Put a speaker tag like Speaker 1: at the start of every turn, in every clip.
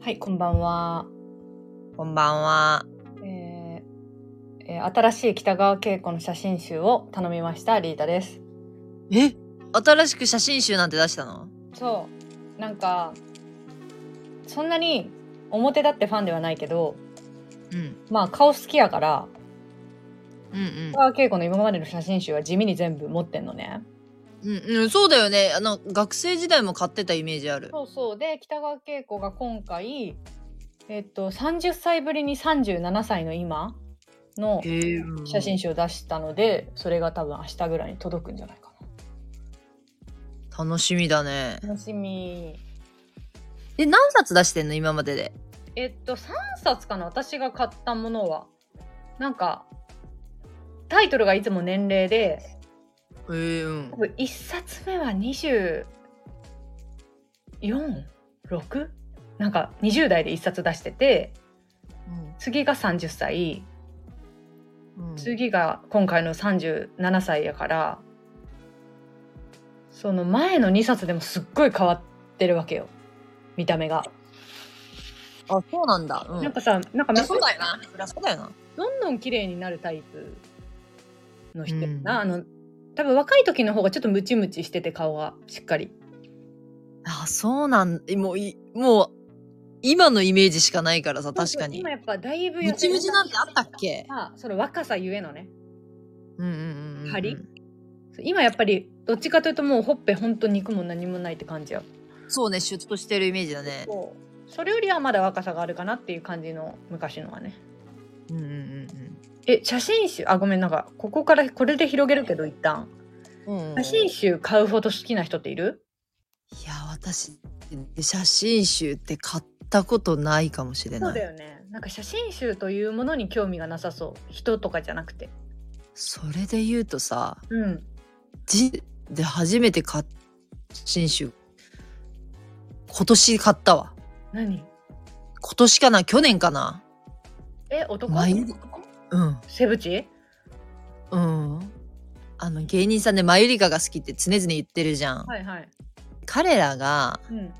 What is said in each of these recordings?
Speaker 1: はい、こんばんは。
Speaker 2: こんばんは。
Speaker 1: えーえー新しい北川景子の写真集を頼みましたリータです。
Speaker 2: え新しく写真集なんて出したの
Speaker 1: そう、なんかそんなに表立ってファンではないけど、
Speaker 2: うん。
Speaker 1: まあ顔好きやから
Speaker 2: うん
Speaker 1: 北川景子の今までの写真集は地味に全部持ってんのね。
Speaker 2: うん。うん、うん、そうだよね。あの、学生時代も買ってたイメージある。
Speaker 1: そうそうで北川景子が今回えっと30歳ぶりに37歳の今の
Speaker 2: へえ。うん
Speaker 1: 写真集を出したので、それが多分明日ぐらいに届くんじゃないか
Speaker 2: 楽しみだね。
Speaker 1: な。楽しみ。
Speaker 2: え、何冊出してんの今までで。
Speaker 1: えっと3冊かな私が買ったものはなんかタイトルがいつも年齢で
Speaker 2: へえ、うん
Speaker 1: 多。分1冊目は246なんか20代で1冊出してて次が30歳
Speaker 2: うん
Speaker 1: 次が今回の37歳やからその前の2冊でもすっごい変わってるわけよ見た目が、
Speaker 2: あ、そうなんだ。うん。
Speaker 1: なんかさなんか
Speaker 2: あそうだよな。そりゃそうだよな。
Speaker 1: どんどん綺麗になるタイプの人やな、
Speaker 2: うん
Speaker 1: あの多分若い時の方がちょっとムチムチしてて顔がしっかり
Speaker 2: あ、そうなんだ。もう、いもう、今のイメージしかないからさ、確かに
Speaker 1: 今。やっぱだいぶ
Speaker 2: ムチムチなんてあったっけ
Speaker 1: あその若さゆえのね
Speaker 2: うんうんうんうん。
Speaker 1: 張り今やっぱりどっちかというともうほっぺほんと肉も何もないって感じや
Speaker 2: そうね、シュッとしてるイメージだね。
Speaker 1: それよりはまだ若さがあるかなっていう感じの昔のはね
Speaker 2: うんうんうん
Speaker 1: え写真集あごめんなんかここからこれで広げるけど一旦
Speaker 2: うん。うんうん
Speaker 1: 写真集買うほど好きな人っている
Speaker 2: いや私写真集って買ったことないかもしれな
Speaker 1: そ
Speaker 2: い
Speaker 1: うだよねなんか写真集というものに興味がなさそう人とかじゃなくて
Speaker 2: それで言うとさ
Speaker 1: うん
Speaker 2: じで初めて買っ写真集今年買ったわ
Speaker 1: 何
Speaker 2: 今年かな去年かな
Speaker 1: え男
Speaker 2: マユリうん
Speaker 1: セブチ
Speaker 2: うんあの芸人さんでマユリカが好きって常々言ってるじゃん、
Speaker 1: はいはい
Speaker 2: 彼らが
Speaker 1: うん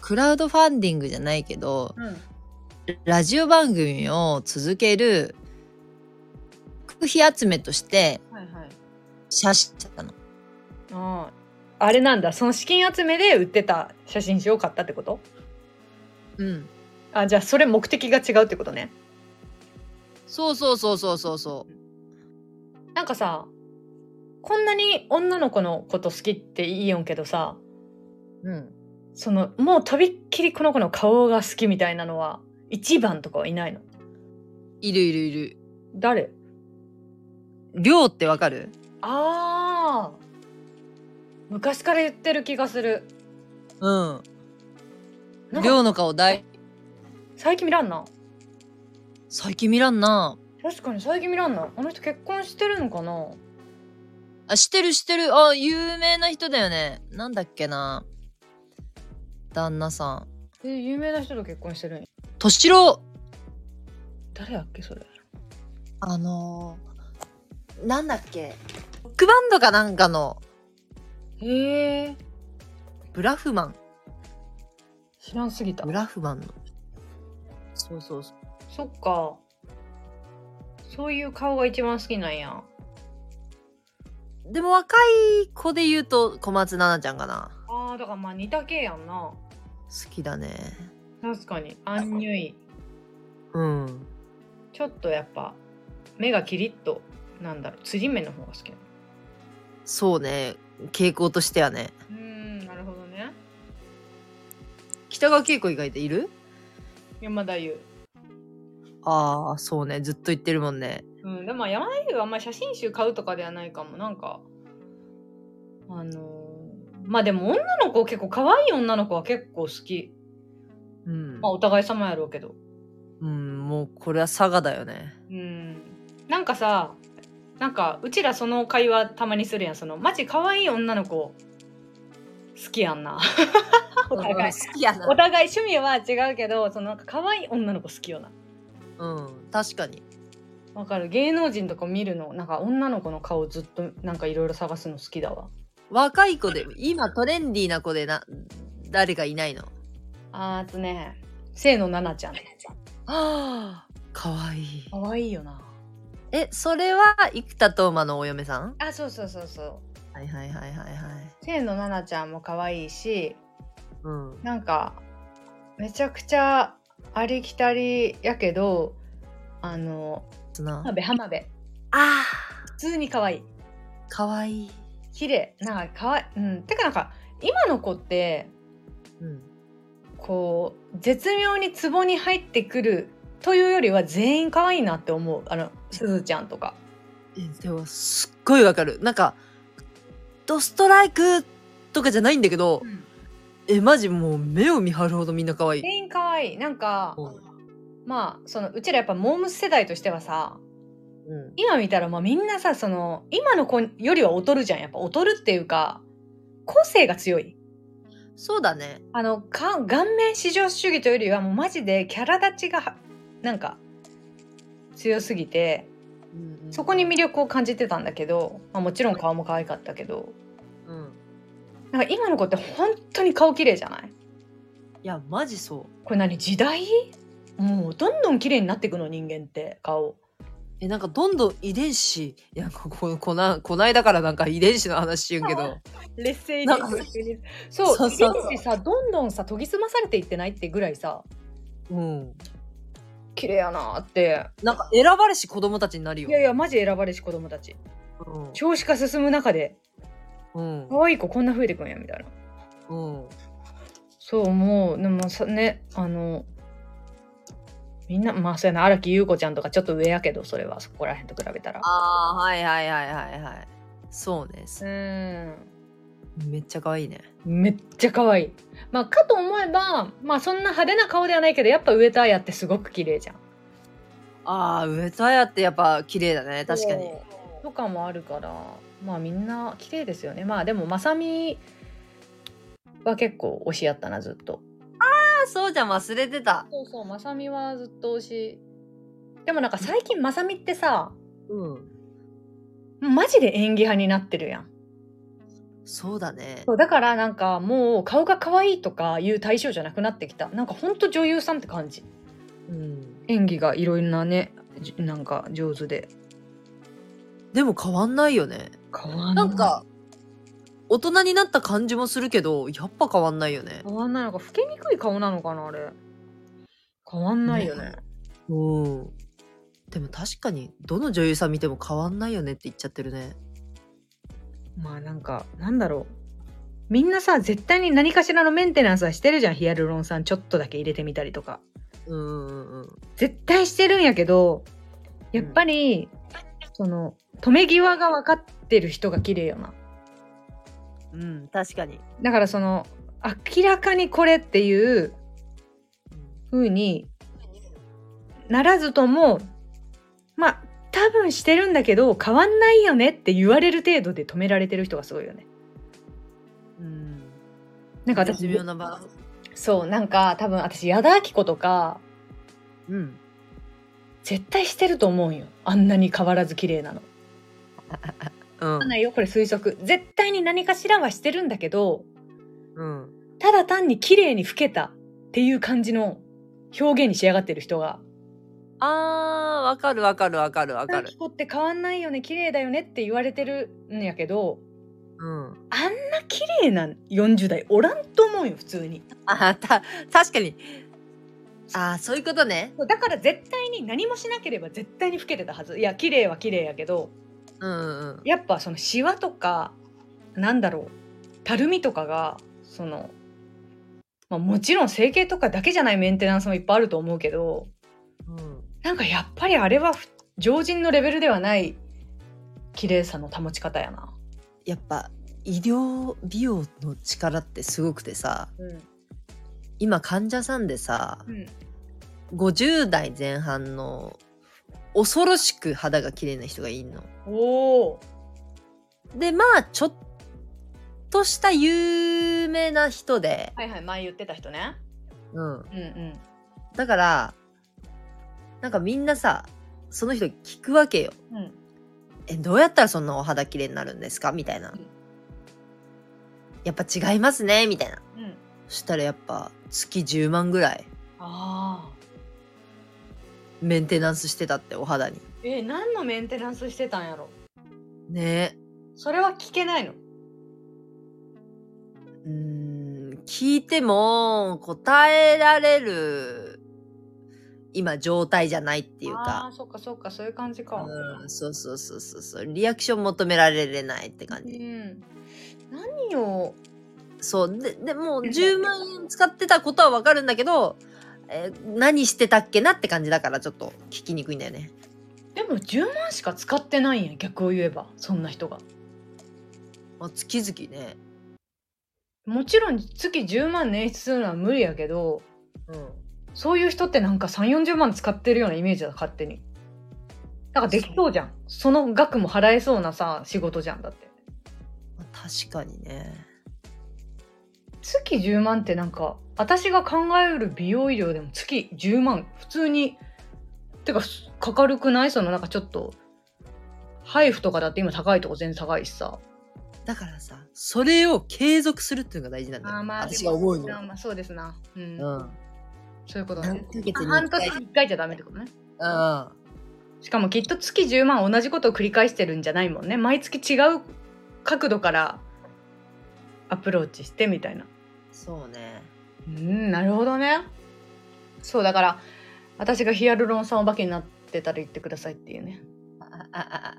Speaker 2: クラウドファンディングじゃないけど
Speaker 1: うん
Speaker 2: ラジオ番組を続ける副費集めとして
Speaker 1: はいはい
Speaker 2: 写真集だったの
Speaker 1: あああれなんだその資金集めで売ってた写真集を買ったってこと
Speaker 2: うん
Speaker 1: あじゃあそれ目的が違うってことね
Speaker 2: そうそうそうそうそうそう。
Speaker 1: なんかさこんなに女の子のこと好きっていいよんけどさ
Speaker 2: うん。
Speaker 1: そのもうとびっきりこの子の顔が好きみたいなのは一番とかはいないの
Speaker 2: いるいるいる。
Speaker 1: 誰
Speaker 2: 量ってわかる
Speaker 1: ああ昔から言ってる気がする
Speaker 2: うん。
Speaker 1: なんか
Speaker 2: 量の顔大。
Speaker 1: 最近見らんな
Speaker 2: 最近見らんな。
Speaker 1: 確かに最近見らんなあの人結婚してるのかな
Speaker 2: あ、知ってる知ってる。あ、有名な人だよね。なんだっけな。旦那さん。
Speaker 1: え有名な人と結婚してるんや
Speaker 2: 敏郎。
Speaker 1: 誰やっけそれ
Speaker 2: あのー、なんだっけ。ロックバンドかなんかの
Speaker 1: へえ
Speaker 2: ブラフマン。
Speaker 1: 知らんすぎた
Speaker 2: ブラフマンの。そうそうそう。
Speaker 1: そっかそういう顔が一番好きなんや
Speaker 2: でも若い子で言うと小松菜奈ちゃんかな。
Speaker 1: あーだからまあ似た系やんな
Speaker 2: 好きだね。
Speaker 1: 確かにアンニュイ
Speaker 2: うん。
Speaker 1: ちょっとやっぱ目がキリッとなんだろう釣り目の方が好きなの
Speaker 2: そうね傾向としてはね
Speaker 1: うーんなるほどね
Speaker 2: 北川景子以外でいる
Speaker 1: 山田優
Speaker 2: ああそうねずっと言ってるもんね
Speaker 1: うん、でも山田優はあんまり写真集買うとかではないかもなんかあのーまあでも女の子結構可愛い女の子は結構好き
Speaker 2: うん、
Speaker 1: まあお互い様やろうけど
Speaker 2: うん、もうこれは佐賀だよね
Speaker 1: うんなんかさなんかうちらその会話たまにするやんそのマジ可愛い女の子好きやんな お互い
Speaker 2: 好きや な
Speaker 1: お互い趣味は違うけどそのなんか可愛い女の子好きよな
Speaker 2: うん確かに
Speaker 1: わかる芸能人とか見るのなんか女の子の顔ずっとなんかいろいろ探すの好きだわ
Speaker 2: 若い子で、今トレンディーな子でな、誰かいないの
Speaker 1: あーつね、清野奈々ちゃん。
Speaker 2: ああ、かわいい。
Speaker 1: 可愛いよな。
Speaker 2: え、それは生田斗真のお嫁さん
Speaker 1: あ、そうそうそうそう。
Speaker 2: はいはいはいはいはい。
Speaker 1: 清野奈々ちゃんも可愛いし、
Speaker 2: うん。
Speaker 1: なんかめちゃくちゃありきたりやけど、あの
Speaker 2: その
Speaker 1: 浜辺浜辺
Speaker 2: あ
Speaker 1: 普通に可愛い。
Speaker 2: あ、かわいい。
Speaker 1: 綺麗なんか可愛い。うん。てかなんか今の子って
Speaker 2: うん。
Speaker 1: こう絶妙にツボに入ってくるというよりは全員可愛いなって思うあのすずちゃんとか
Speaker 2: えでもすっごいわかるなんかドストライクとかじゃないんだけど、えマジもう目を見張るほどみんな可愛い
Speaker 1: 全員可愛いなんか
Speaker 2: うん
Speaker 1: まあそのうちらやっぱモームス世代としてはさ
Speaker 2: うん
Speaker 1: 今見たらまあみんなさその今の子よりは劣るじゃんやっぱ劣るっていうか個性が強い
Speaker 2: そうだね
Speaker 1: あのか顔面至上主義というよりはもうマジでキャラ立ちがはなんか強すぎてそこに魅力を感じてたんだけど、まあ、もちろん顔も可愛かったけど
Speaker 2: うん
Speaker 1: なんか今の子って本当に顔綺麗じゃない
Speaker 2: いやマジそう
Speaker 1: これ何時代もうどんどん綺麗になっていくの人間って顔
Speaker 2: えなんかどんどん遺伝子いやなんかこ こなこないだからなんか遺伝子の話しゅんけど
Speaker 1: 劣勢
Speaker 2: な
Speaker 1: に
Speaker 2: んか
Speaker 1: そう
Speaker 2: そうそうそう
Speaker 1: 遺伝子さどんどんさ研ぎ澄まされていってないってぐらいさ
Speaker 2: うん
Speaker 1: 綺麗やなって
Speaker 2: なんか選ばれし子供たちになるよ
Speaker 1: いやいやマジ選ばれし子供たち
Speaker 2: うん
Speaker 1: 少子化進む中で
Speaker 2: うん
Speaker 1: 可愛い子こんな増えてくんやみたいな
Speaker 2: うん
Speaker 1: そうもうでもさねあのみんなまあそうやな荒木優子ちゃんとかちょっと上やけどそれはそこら辺と比べたら
Speaker 2: あーはいはいはいはいはいそうね
Speaker 1: うん
Speaker 2: めっちゃ可愛いね
Speaker 1: めっちゃ可愛いまあかと思えばまあそんな派手な顔ではないけどやっぱ上田彩ってすごく綺麗じゃん
Speaker 2: ああ上戸彩ってやっぱ綺麗だね確かに
Speaker 1: とかもあるからまあみんな綺麗ですよねまあでもまさみは結構推しやったなずっと
Speaker 2: そうじゃん忘れてた。
Speaker 1: そうそうまさみはずっと推しでもなんか最近まさみってさ
Speaker 2: うん。
Speaker 1: マジで演技派になってるやん
Speaker 2: そうだね。
Speaker 1: そうだからなんかもう顔が可愛いとかいう対象じゃなくなってきたなんかほんと女優さんって感じ
Speaker 2: うん。
Speaker 1: 演技がいろいろなねじなんか上手で
Speaker 2: でも変わんないよね。
Speaker 1: 変わん
Speaker 2: なんか、大人になった感じもするけど、やっぱ変わんないよね。
Speaker 1: 変わんないのか老けにくい顔なのかなあれ変わんないよね
Speaker 2: ねうん。でも確かに、どの女優さん見ても変わんないよねって言っちゃってるね。
Speaker 1: まあなんかなんだろうみんなさ絶対に何かしらのメンテナンスはしてるじゃんヒアルロン酸ちょっとだけ入れてみたりとか
Speaker 2: うんうんうん。
Speaker 1: 絶対してるんやけどやっぱり、その止め際が分かってる人が綺麗よな
Speaker 2: うん、確かに。
Speaker 1: だからその明らかにこれっていう風にならずともまあ多分してるんだけど変わんないよねって言われる程度で止められてる人がすごいよね。
Speaker 2: うん。
Speaker 1: なんか
Speaker 2: 絶
Speaker 1: 私
Speaker 2: 妙なバランス。
Speaker 1: そうなんか多分私矢田亜希子とか
Speaker 2: うん。
Speaker 1: 絶対してると思うんよあんなに変わらず綺麗なの。
Speaker 2: う
Speaker 1: わかん
Speaker 2: ん。
Speaker 1: ないよこれ推測絶対に何かしらはしてるんだけど
Speaker 2: うん。
Speaker 1: ただ単に綺麗に老けたっていう感じの表現に仕上がってる人が
Speaker 2: あー、わかるわかるわかるわ
Speaker 1: 矢田
Speaker 2: か
Speaker 1: 亜
Speaker 2: る
Speaker 1: 希。子って変わんないよね綺麗だよねって言われてるんやけど
Speaker 2: うん。
Speaker 1: あんな綺麗な40代おらんと思うよ普通に
Speaker 2: あー、た、確かに。あー、そういうことね。
Speaker 1: だから絶対に何もしなければ絶対に老けてたはずいや綺麗は綺麗やけど
Speaker 2: うんうん。
Speaker 1: やっぱそのシワとかなんだろうたるみとかがその、まあ、もちろん整形とかだけじゃないメンテナンスもいっぱいあると思うけど
Speaker 2: うん
Speaker 1: なんかやっぱりあれはふ常人のレベルではない綺麗さの保ち方やな。
Speaker 2: やっぱ医療美容の力ってすごくてさ
Speaker 1: うん
Speaker 2: 今患者さんでさ
Speaker 1: うん
Speaker 2: 50代前半の恐ろしく肌が綺麗な人がいんの。
Speaker 1: おー
Speaker 2: でまあちょっとした有名な人で、
Speaker 1: はいはい前言ってた人ね。
Speaker 2: うん、
Speaker 1: うんうん
Speaker 2: だからなんかみんなさその人に聞くわけよ。
Speaker 1: うん
Speaker 2: えどうやったらそんなお肌綺麗になるんですかみたいな
Speaker 1: うん。
Speaker 2: やっぱ違いますねみたいな
Speaker 1: うん、
Speaker 2: そしたらやっぱ月10万ぐらい
Speaker 1: ああ
Speaker 2: メンテナンスしてたってお肌に
Speaker 1: え何のメンテナンスしてたんやろ
Speaker 2: ね
Speaker 1: それは聞けないの
Speaker 2: えうーん聞いても答えられる今状態じゃないっていう
Speaker 1: あ
Speaker 2: か
Speaker 1: ーそっかそっかそういう感じか
Speaker 2: うんそうそうそうそうそうリアクション求められないって感
Speaker 1: う
Speaker 2: じ
Speaker 1: ん何を
Speaker 2: そうででもう10万円使ってたことはわかるんだけど、えー何してたっけなって感じだからちょっと聞きにくいんだよね
Speaker 1: でも10万しか使ってないんや逆を言えばそんな人が
Speaker 2: あ月々ね
Speaker 1: もちろん月10万捻出するのは無理やけど
Speaker 2: うん
Speaker 1: そういう人ってなんか3 4 0万使ってるようなイメージだ勝手になんかできそうじゃんその額も払えそうなさ仕事じゃんだって
Speaker 2: まあ確かにね
Speaker 1: 月10万ってなんか私が考える美容医療でも月10万普通にてかすかかるくないそのなんかちょっと配布とかだって今高いとこ全然高いしさ
Speaker 2: だからさそれを継続するっていうのが大事なんだよ、私が思うの
Speaker 1: まあまあそうですなうん、
Speaker 2: うん
Speaker 1: そういうこと
Speaker 2: 何
Speaker 1: ね
Speaker 2: ヶ月に
Speaker 1: 半年
Speaker 2: 一回
Speaker 1: に1回じゃダメってことね
Speaker 2: うん
Speaker 1: しかもきっと月10万同じことを繰り返してるんじゃないもんね毎月違う角度からアプローチしてみたいな
Speaker 2: そうね
Speaker 1: うんなるほどねそうだから私がヒアルロン酸お化けになってたら言ってくださいっていうね
Speaker 2: あああ あ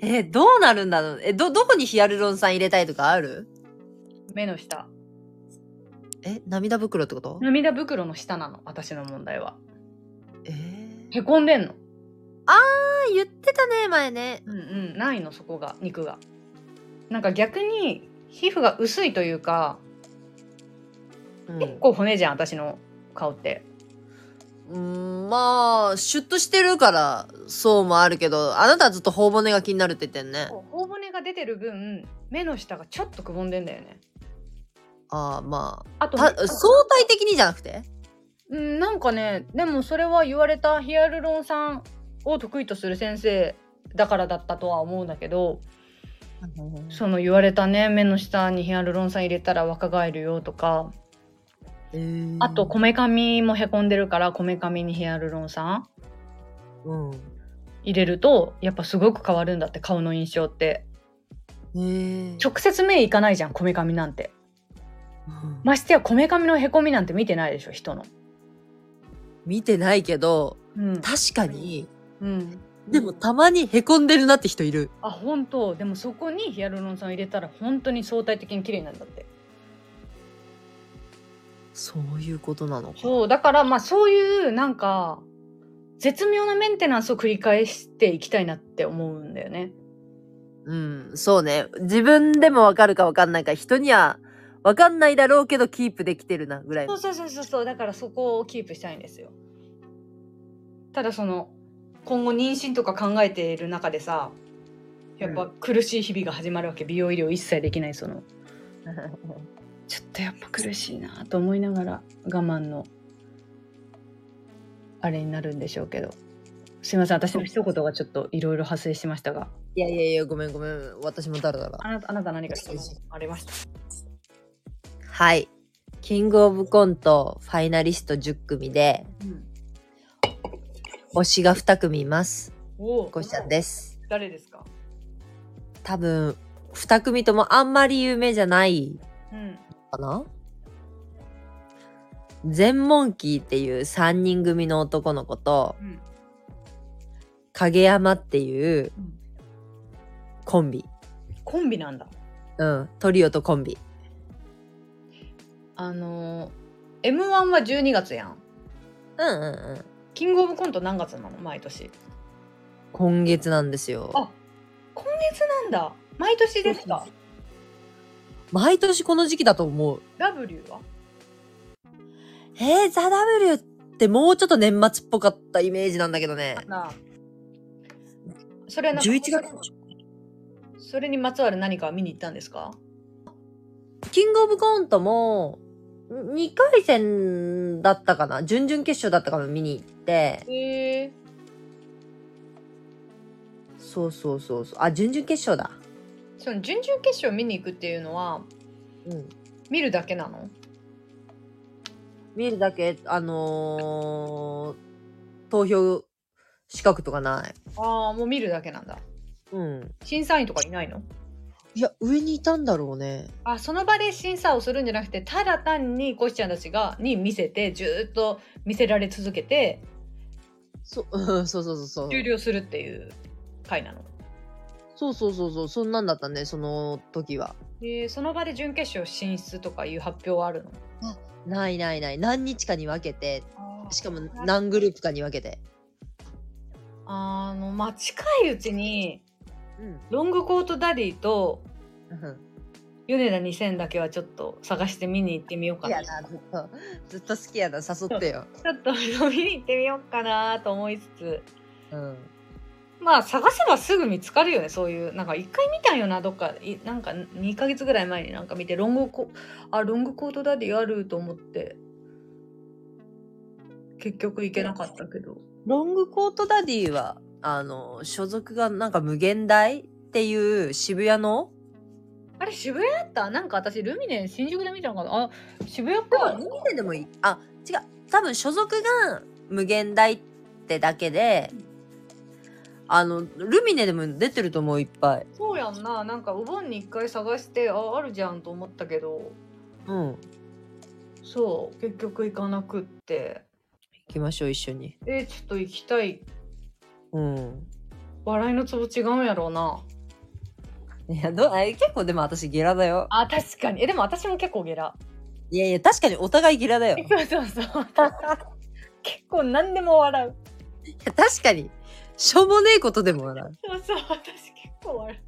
Speaker 2: えどうなるんだろうえどどこにヒアルロン酸入れたいとかある
Speaker 1: 目の下
Speaker 2: え涙袋ってこと
Speaker 1: 涙袋の下なの私の問題は
Speaker 2: えー
Speaker 1: へこんでんの
Speaker 2: あ言ってたね前ね
Speaker 1: うんうんないのそこが肉がなんか逆に皮膚が薄いというか
Speaker 2: うん
Speaker 1: 結構骨じゃん私の顔って
Speaker 2: うんまあシュッとしてるからそうもあるけどあなたはずっと頬骨が気になるって言ってんね
Speaker 1: 頬骨が出てる分目の下がちょっとくぼんでんだよね
Speaker 2: ああま
Speaker 1: あと
Speaker 2: あた相対的にじゃなくて
Speaker 1: うんなんかねでもそれは言われたヒアルロン酸を得意とする先生だからだったとは思うんだけどその言われたね目の下にヒアルロン酸入れたら若返るよとか
Speaker 2: えー
Speaker 1: あとこめかみもへこんでるからこめかみにヒアルロン酸
Speaker 2: うん
Speaker 1: 入れるとやっぱすごく変わるんだって顔の印象って
Speaker 2: えー
Speaker 1: 直接目いかないじゃんこめかみなんて
Speaker 2: うん
Speaker 1: ましてやこめかみのへこみなんて見てないでしょ人の
Speaker 2: 見てないけど
Speaker 1: うん、
Speaker 2: 確かに
Speaker 1: うん、
Speaker 2: でもたまにへこんでるなって人いる
Speaker 1: あ本当でもそこにヒアルロン酸入れたら本当に相対的に綺麗になるんだって
Speaker 2: そういうことなのか
Speaker 1: そうだからまあそういうなんか絶妙なメンテナンスを繰り返していきたいなって思うんだよね。
Speaker 2: うんそうね自分でもわかるかわかんないか人にはわかんないだろうけどキープできてるなぐらい
Speaker 1: そう
Speaker 2: の
Speaker 1: そうそうそうそうだからそこをキープしたいんですよ。ただその今後妊娠とか考えている中でさやっぱ苦しい日々が始まるわけ美容医療一切できないそのちょっとやっぱ苦しいなと思いながら我慢のあれになるんでしょうけどすいません私の一言がちょっといろいろ派生しましたが
Speaker 2: いやいやいやごめんごめん私もダラダラ
Speaker 1: あなたあなた何か質問ありました
Speaker 2: はいキングオブコントファイナリスト10組で推しが2組います
Speaker 1: おお
Speaker 2: こしちゃんです
Speaker 1: 誰ですか
Speaker 2: 多分2組ともあんまり有名じゃない
Speaker 1: うん
Speaker 2: かな全モンキーっていう3人組の男の子と
Speaker 1: うん
Speaker 2: 影山っていう
Speaker 1: うん
Speaker 2: コンビ
Speaker 1: コンビなんだ
Speaker 2: うんトリオとコンビ
Speaker 1: あの m 1は12月やん
Speaker 2: うんうんうん
Speaker 1: キングオブコント何月なの毎年
Speaker 2: 今月なんですよ
Speaker 1: あ今月なんだ毎年ですか
Speaker 2: 毎年この時期だと思う
Speaker 1: W は
Speaker 2: えー、ザ・ W ってもうちょっと年末っぽかったイメージなんだけどね
Speaker 1: なあそれはなんか
Speaker 2: 11月
Speaker 1: それにまつわる何かを見に行ったんですか
Speaker 2: キングオブコントも2回戦だったかな準々決勝だったかも見に行って
Speaker 1: へえ
Speaker 2: そうそうそうそうあ準々決勝だ
Speaker 1: その準々決勝見に行くっていうのは
Speaker 2: うん、
Speaker 1: 見るだけなの
Speaker 2: 見るだけあのー投票資格とかない
Speaker 1: ああもう見るだけなんだ
Speaker 2: うん
Speaker 1: 審査員とかいないの
Speaker 2: いや上にいたんだろうね
Speaker 1: あその場で審査をするんじゃなくてただ単にコシちゃんたちがに見せてずーっと見せられ続けて
Speaker 2: そそう そうそうそう
Speaker 1: 終了するっていう回なの、
Speaker 2: そうそうそうそうそんなんだったねその時は
Speaker 1: えーその場で準決勝進出とかいう発表はあるの
Speaker 2: ないないない何日かに分けてしかも何グループかに分けて
Speaker 1: あのまあ近いうちに
Speaker 2: うん
Speaker 1: ロングコートダディと
Speaker 2: うん
Speaker 1: 米田2000だけはちょっと探して見に行ってみようか
Speaker 2: いや
Speaker 1: な
Speaker 2: なずっと ずっと好きやな誘ってよ、
Speaker 1: ちょっと 見に行ってみようかなと思いつつ
Speaker 2: うん、
Speaker 1: まあ探せばすぐ見つかるよねそういうなんか一回見たんよなどっかいなんか2ヶ月ぐらい前になんか見てロングコあロングコートダディあると思って結局行けなかったけど
Speaker 2: ロングコートダディはあの所属がなんか無限大っていう渋谷の
Speaker 1: あれ渋谷だったなんか私ルミネ新宿で見たのかなあ渋谷か
Speaker 2: 見てでもいいあ違う多分所属が無限大ってだけであのルミネでも出てると思ういっぱい
Speaker 1: そうやんななんかお盆に一回探してああるじゃんと思ったけど
Speaker 2: うん行
Speaker 1: そう結局行かなくって
Speaker 2: きましょう一緒に
Speaker 1: えちょっと行きたい
Speaker 2: うん
Speaker 1: 笑いのツボ違うんやろうない
Speaker 2: やどうあ結構でも私ゲラだよ
Speaker 1: あ確かにえでも私も結構ゲラ
Speaker 2: いやいや確かにお互いゲラ だよい
Speaker 1: そうそうそう 結構何でも笑う
Speaker 2: や確かにしょうもねえことでも笑う
Speaker 1: そうそう私結構笑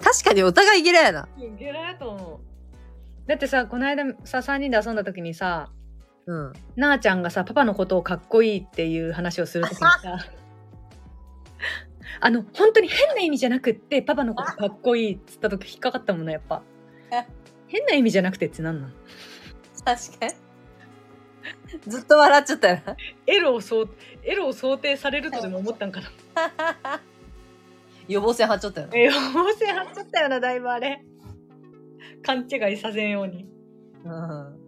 Speaker 2: 確かにお互いゲラやな
Speaker 1: うゲラやと思うだってさこの間さ3人で遊んだ時にさ
Speaker 2: うん
Speaker 1: なあちゃんがさパパのことをかっこいいっていう話をするときにさあの本当に変な意味じゃなくってパパのことかっこいいっつったとき引っかかったもんなやっぱ変な意味じゃなくてってなんなん
Speaker 2: 確かにずっと笑っちゃったよな
Speaker 1: エロを想エロを想定されるとでも思ったんかな
Speaker 2: 予防線張っちゃったよな
Speaker 1: え温泉張っちゃったよなだいぶあれ勘違いさせんように
Speaker 2: うん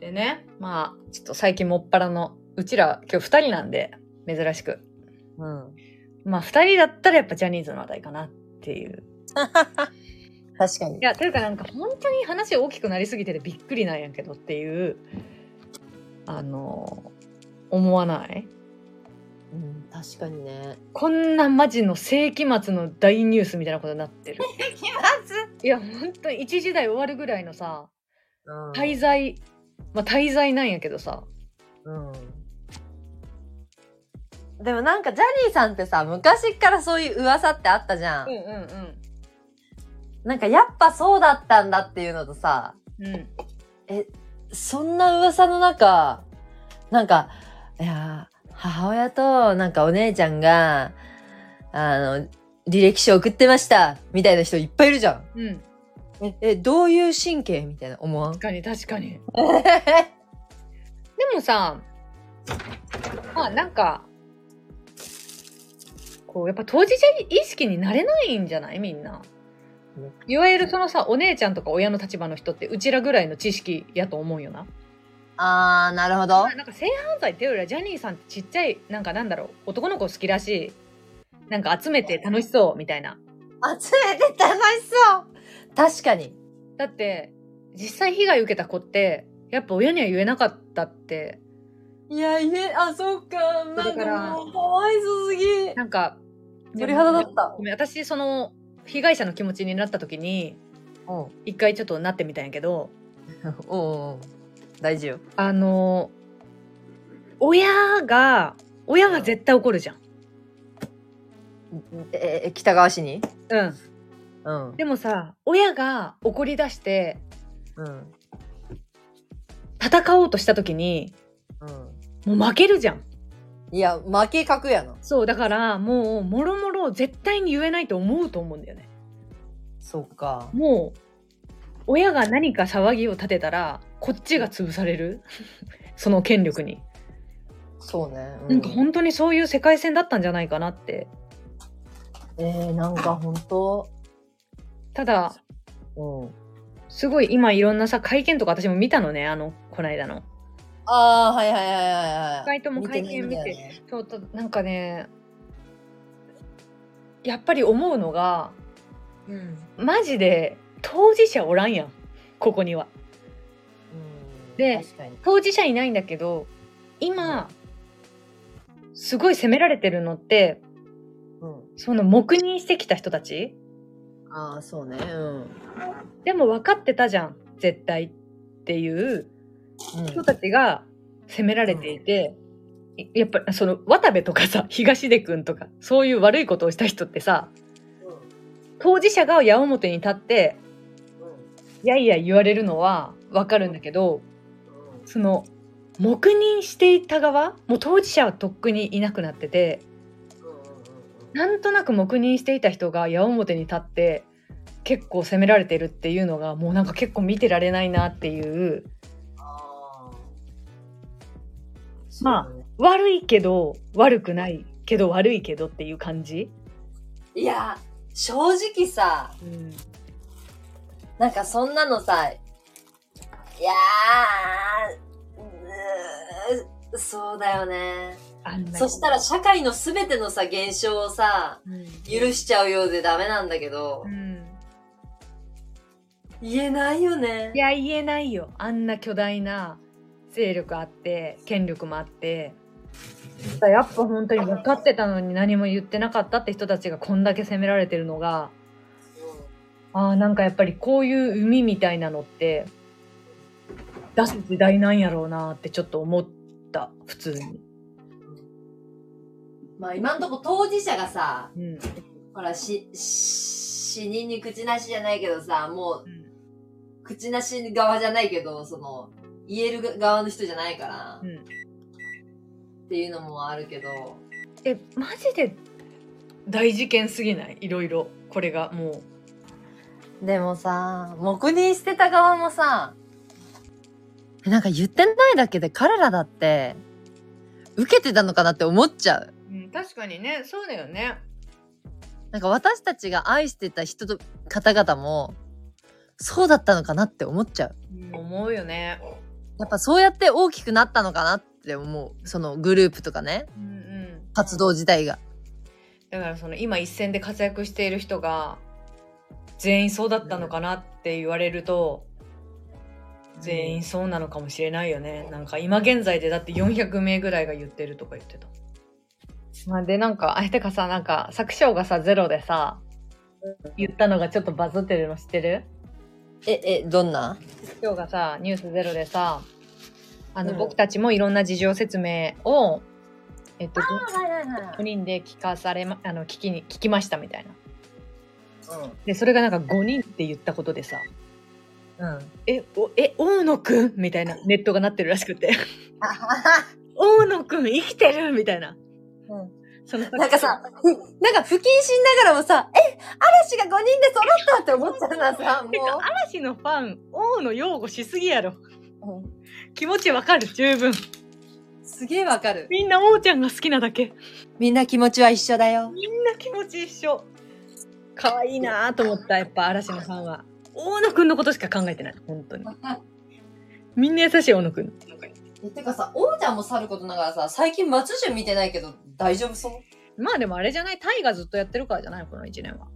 Speaker 1: でねまあちょっと最近もっぱらのうちら今日2人なんで珍しく
Speaker 2: うん
Speaker 1: まあ2人だったらやっぱジャニーズの話題かなっていう
Speaker 2: 確か
Speaker 1: い
Speaker 2: に
Speaker 1: やというかなんか本当に話大きくなりすぎててびっくりなんやけどっていうあの思わない
Speaker 2: うん、確かにね。
Speaker 1: こんなマジの世紀末の大ニュースみたいなことになってる
Speaker 2: 気まず
Speaker 1: いや本当に一時代終わるぐらいのさ
Speaker 2: うん
Speaker 1: 滞在まあ滞在なんやけどさ
Speaker 2: うん。でもなんかジャニーさんってさ、昔っからそういう噂ってあったじゃん。
Speaker 1: うんう
Speaker 2: なんかやっぱそうだったんだっていうのとさ、
Speaker 1: んうん
Speaker 2: そんな噂の中、なんか、いやー、母親となんかお姉ちゃんが、あの、履歴書送ってました、みたいな人いっぱいいるじゃん。
Speaker 1: うんうん
Speaker 2: え、え、どういう神経みたいな思わん
Speaker 1: 確かに確かにでもさまあなんかこうやっぱ当事者意識になれないんじゃないみんな
Speaker 2: ね。
Speaker 1: いわゆるそのさお姉ちゃんとか親の立場の人ってうちらぐらいの知識やと思うよな。
Speaker 2: あー、なるほど
Speaker 1: まあ。なんか性犯罪っていうよりはジャニーさんってちっちゃいなんかなんだろう男の子好きらしいなんか集めて楽しそうみたいな。
Speaker 2: 集めて楽しそう確かに。
Speaker 1: だって実際被害受けた子ってやっぱ親には言えなかったって
Speaker 2: いや、いえ、あ、そっか。な
Speaker 1: だ
Speaker 2: ん
Speaker 1: か
Speaker 2: からもう、かわいそうすぎ。
Speaker 1: なんか
Speaker 2: 鳥肌だった
Speaker 1: ごめん私その被害者の気持ちになった時に
Speaker 2: うん。
Speaker 1: 一回ちょっとなってみたんやけど
Speaker 2: うん。大事よ。
Speaker 1: あの親が親は絶対怒るじゃん。
Speaker 2: え、え北川市に
Speaker 1: うん、
Speaker 2: うん。
Speaker 1: でもさ親が怒り出して
Speaker 2: うん。
Speaker 1: 戦おうとした時に
Speaker 2: うん。
Speaker 1: もう負けるじゃん
Speaker 2: いや、負け格やな。
Speaker 1: そうだからもうもろもろ絶対に言えないと思うと思うんだよね
Speaker 2: そっか。
Speaker 1: もう親が何か騒ぎを立てたらこっちが潰される その権力に
Speaker 2: そうね。う
Speaker 1: なんか本当にそういう世界線だったんじゃないかなって
Speaker 2: えー、なんかほんと。
Speaker 1: ただ
Speaker 2: うん。
Speaker 1: すごい今いろんなさ、会見とか私も見たのね、あの、こないだの。
Speaker 2: ああ、はいはいはいはいはい。
Speaker 1: 二回とも会見見て
Speaker 2: ないんだよね
Speaker 1: そうとなんかね、やっぱり思うのが、
Speaker 2: うん。うん
Speaker 1: マジで当事者おらんやん、ここには。で
Speaker 2: 確かに。
Speaker 1: 当事者いないんだけど、今、すごい責められてるのって、
Speaker 2: うん。
Speaker 1: その黙認してきた人たち
Speaker 2: ああ、そうね。うん。
Speaker 1: でも分かってたじゃん、絶対っていう人たちが責められていて、いやっぱその渡部とかさ、東出くんとか、そういう悪いことをした人ってさ、当事者が矢面に立って、いやいや言われるのは分かるんだけど、その、黙認していた側もう当事者はとっくにいなくなってて、なんとなく黙認していた人が矢面に立って結構責められてるっていうのがもうなんか結構見てられないなっていうま悪いけど悪くないけど悪いけどっていう感じ、
Speaker 2: いや、正直さ、
Speaker 1: うん、
Speaker 2: なんかそんなのさ、いやー、うーそうだよね。
Speaker 1: あんな
Speaker 2: そしたら社会のすべてのさ、現象をさ、
Speaker 1: うん
Speaker 2: 許しちゃうようでダメなんだけど
Speaker 1: う、ん、
Speaker 2: 言えないよね
Speaker 1: い。や言えないよあんな巨大な勢力あって権力もあってやっぱ本当に分かってたのに何も言ってなかったって人たちがこんだけ責められてるのがあーなんかやっぱりこういう海みたいなのって出す時代なんやろうなってちょっと思った普通に、
Speaker 2: まあ今んとこ当事者がさ、
Speaker 1: うん
Speaker 2: ほら、し、し死人に口なしじゃないけどさ、もう、口なし側じゃないけど、その、言える側の人じゃないから
Speaker 1: う、ん、
Speaker 2: っていうのもあるけど、
Speaker 1: えマジで大事件すぎないいろいろこれがもう
Speaker 2: でもさ、黙認してた側もさ、なんか言ってないだけで彼らだって、受けてたのかなって思っちゃう。
Speaker 1: うん、確かにねそうだよね
Speaker 2: なんか私たちが愛してた人と方々も、そうだったのかなって思っちゃう。
Speaker 1: 思うよね
Speaker 2: やっぱそうやって大きくなったのかなって思う。そのグループとかね、
Speaker 1: うんうん
Speaker 2: 活動自体が。
Speaker 1: だからその今一線で活躍している人が全員そうだったのかなって言われると、全員そうなのかもしれないよね。なんか今現在でだって400名ぐらいが言ってるとか言ってた。まあ、でなんかあれてかさなんか作章がさゼロでさ言ったのがちょっとバズってるの知ってる
Speaker 2: え、え、どんな
Speaker 1: 作章がさニュースゼロでさあの、
Speaker 2: うん
Speaker 1: 僕たちもいろんな事情説明をえっと
Speaker 2: はいはいは
Speaker 1: 5人で聞かされまあの聞きに聞きましたみたいな。
Speaker 2: い。
Speaker 1: でそれがなんか5人って言ったことでさ
Speaker 2: うん。 うん。
Speaker 1: え、お、え、大野くんみたいなネットがなってるらしくて。
Speaker 2: あはは
Speaker 1: 大野くん生きてるみたいな。
Speaker 2: うん
Speaker 1: その
Speaker 2: なんか さ、ふなんか不謹慎ながらもさ、え、嵐が5人で揃ったって思っちゃう なさ、
Speaker 1: てか
Speaker 2: も
Speaker 1: 嵐のファン、大野擁護しすぎやろ。
Speaker 2: う。うん
Speaker 1: 気持ちわかる、十分。
Speaker 2: すげえわかる。
Speaker 1: みんな王ちゃんが好きなだけ。
Speaker 2: みんな気持ちは一緒だよ。
Speaker 1: みんな気持ち一緒。可愛いなぁと思った、やっぱ嵐のファンは。大野くんのことしか考えてない、本当に。みんな優しい大野くん。
Speaker 2: えてかさ、王ちゃんもさることながらさ、最近松潤見てないけど大丈夫そう
Speaker 1: まあでもあれじゃない、タイがずっとやってるからじゃない、この1年は。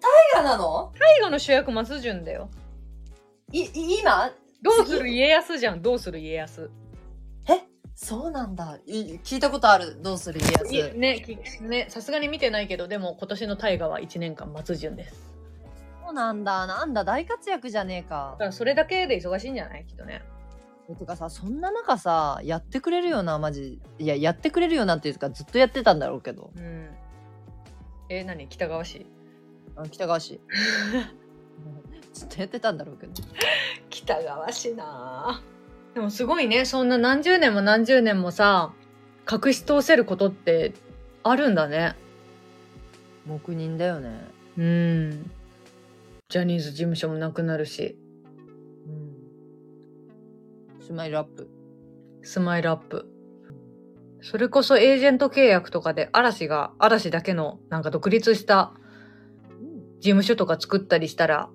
Speaker 2: タイガなの
Speaker 1: タイガの主役、松潤だよ。
Speaker 2: い、い今
Speaker 1: どうする家康じゃん、どうする家康。
Speaker 2: そうなんだ。い聞いたことある。どうする家
Speaker 1: いえねきねさすがに見てないけどでも今年の大河は1年間松潤です
Speaker 2: そうなんだ。なんだ、大活躍じゃねえか
Speaker 1: だか。らそれだけで忙しいんじゃないきっとね
Speaker 2: えてかさ、そんな中さ、やってくれるよな、マジ。いや、やってくれるよなっていうか、ずっとやってたんだろうけど。
Speaker 1: うんえ何北川氏
Speaker 2: あ北川 氏。ずっとやってたんだろうけど。
Speaker 1: 北川氏なぁでもすごいねそんな何十年も何十年もさ隠し通せることってあるんだね
Speaker 2: 黙認だよね。
Speaker 1: うんジャニーズ事務所もなくなるし
Speaker 2: うん。スマイルアップ。
Speaker 1: スマイルアップ。それこそエージェント契約とかで嵐が嵐だけのなんか独立した事務所とか作ったりしたら、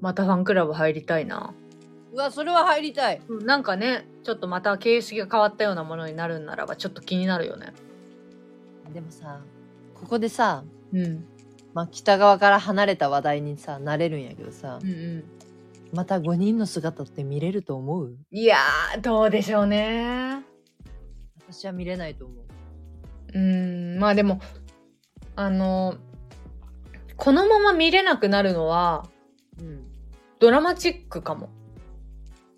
Speaker 1: またファンクラブ入りたいな。
Speaker 2: うわ、それは入りたい。
Speaker 1: うんなんかね、ちょっとまた形式が変わったようなものになるんならば、ちょっと気になるよね。
Speaker 2: でもさ、ここでさ、
Speaker 1: うん。
Speaker 2: まあ、北側から離れた話題にさ、なれるんやけどさ
Speaker 1: う、んう。
Speaker 2: また5人の姿って見れると思うん
Speaker 1: いやー、どうでしょうね。
Speaker 2: 私は見れないと思う。
Speaker 1: うーんまあでもあのこのまま見れなくなるのは
Speaker 2: うん。
Speaker 1: ドラマチックかも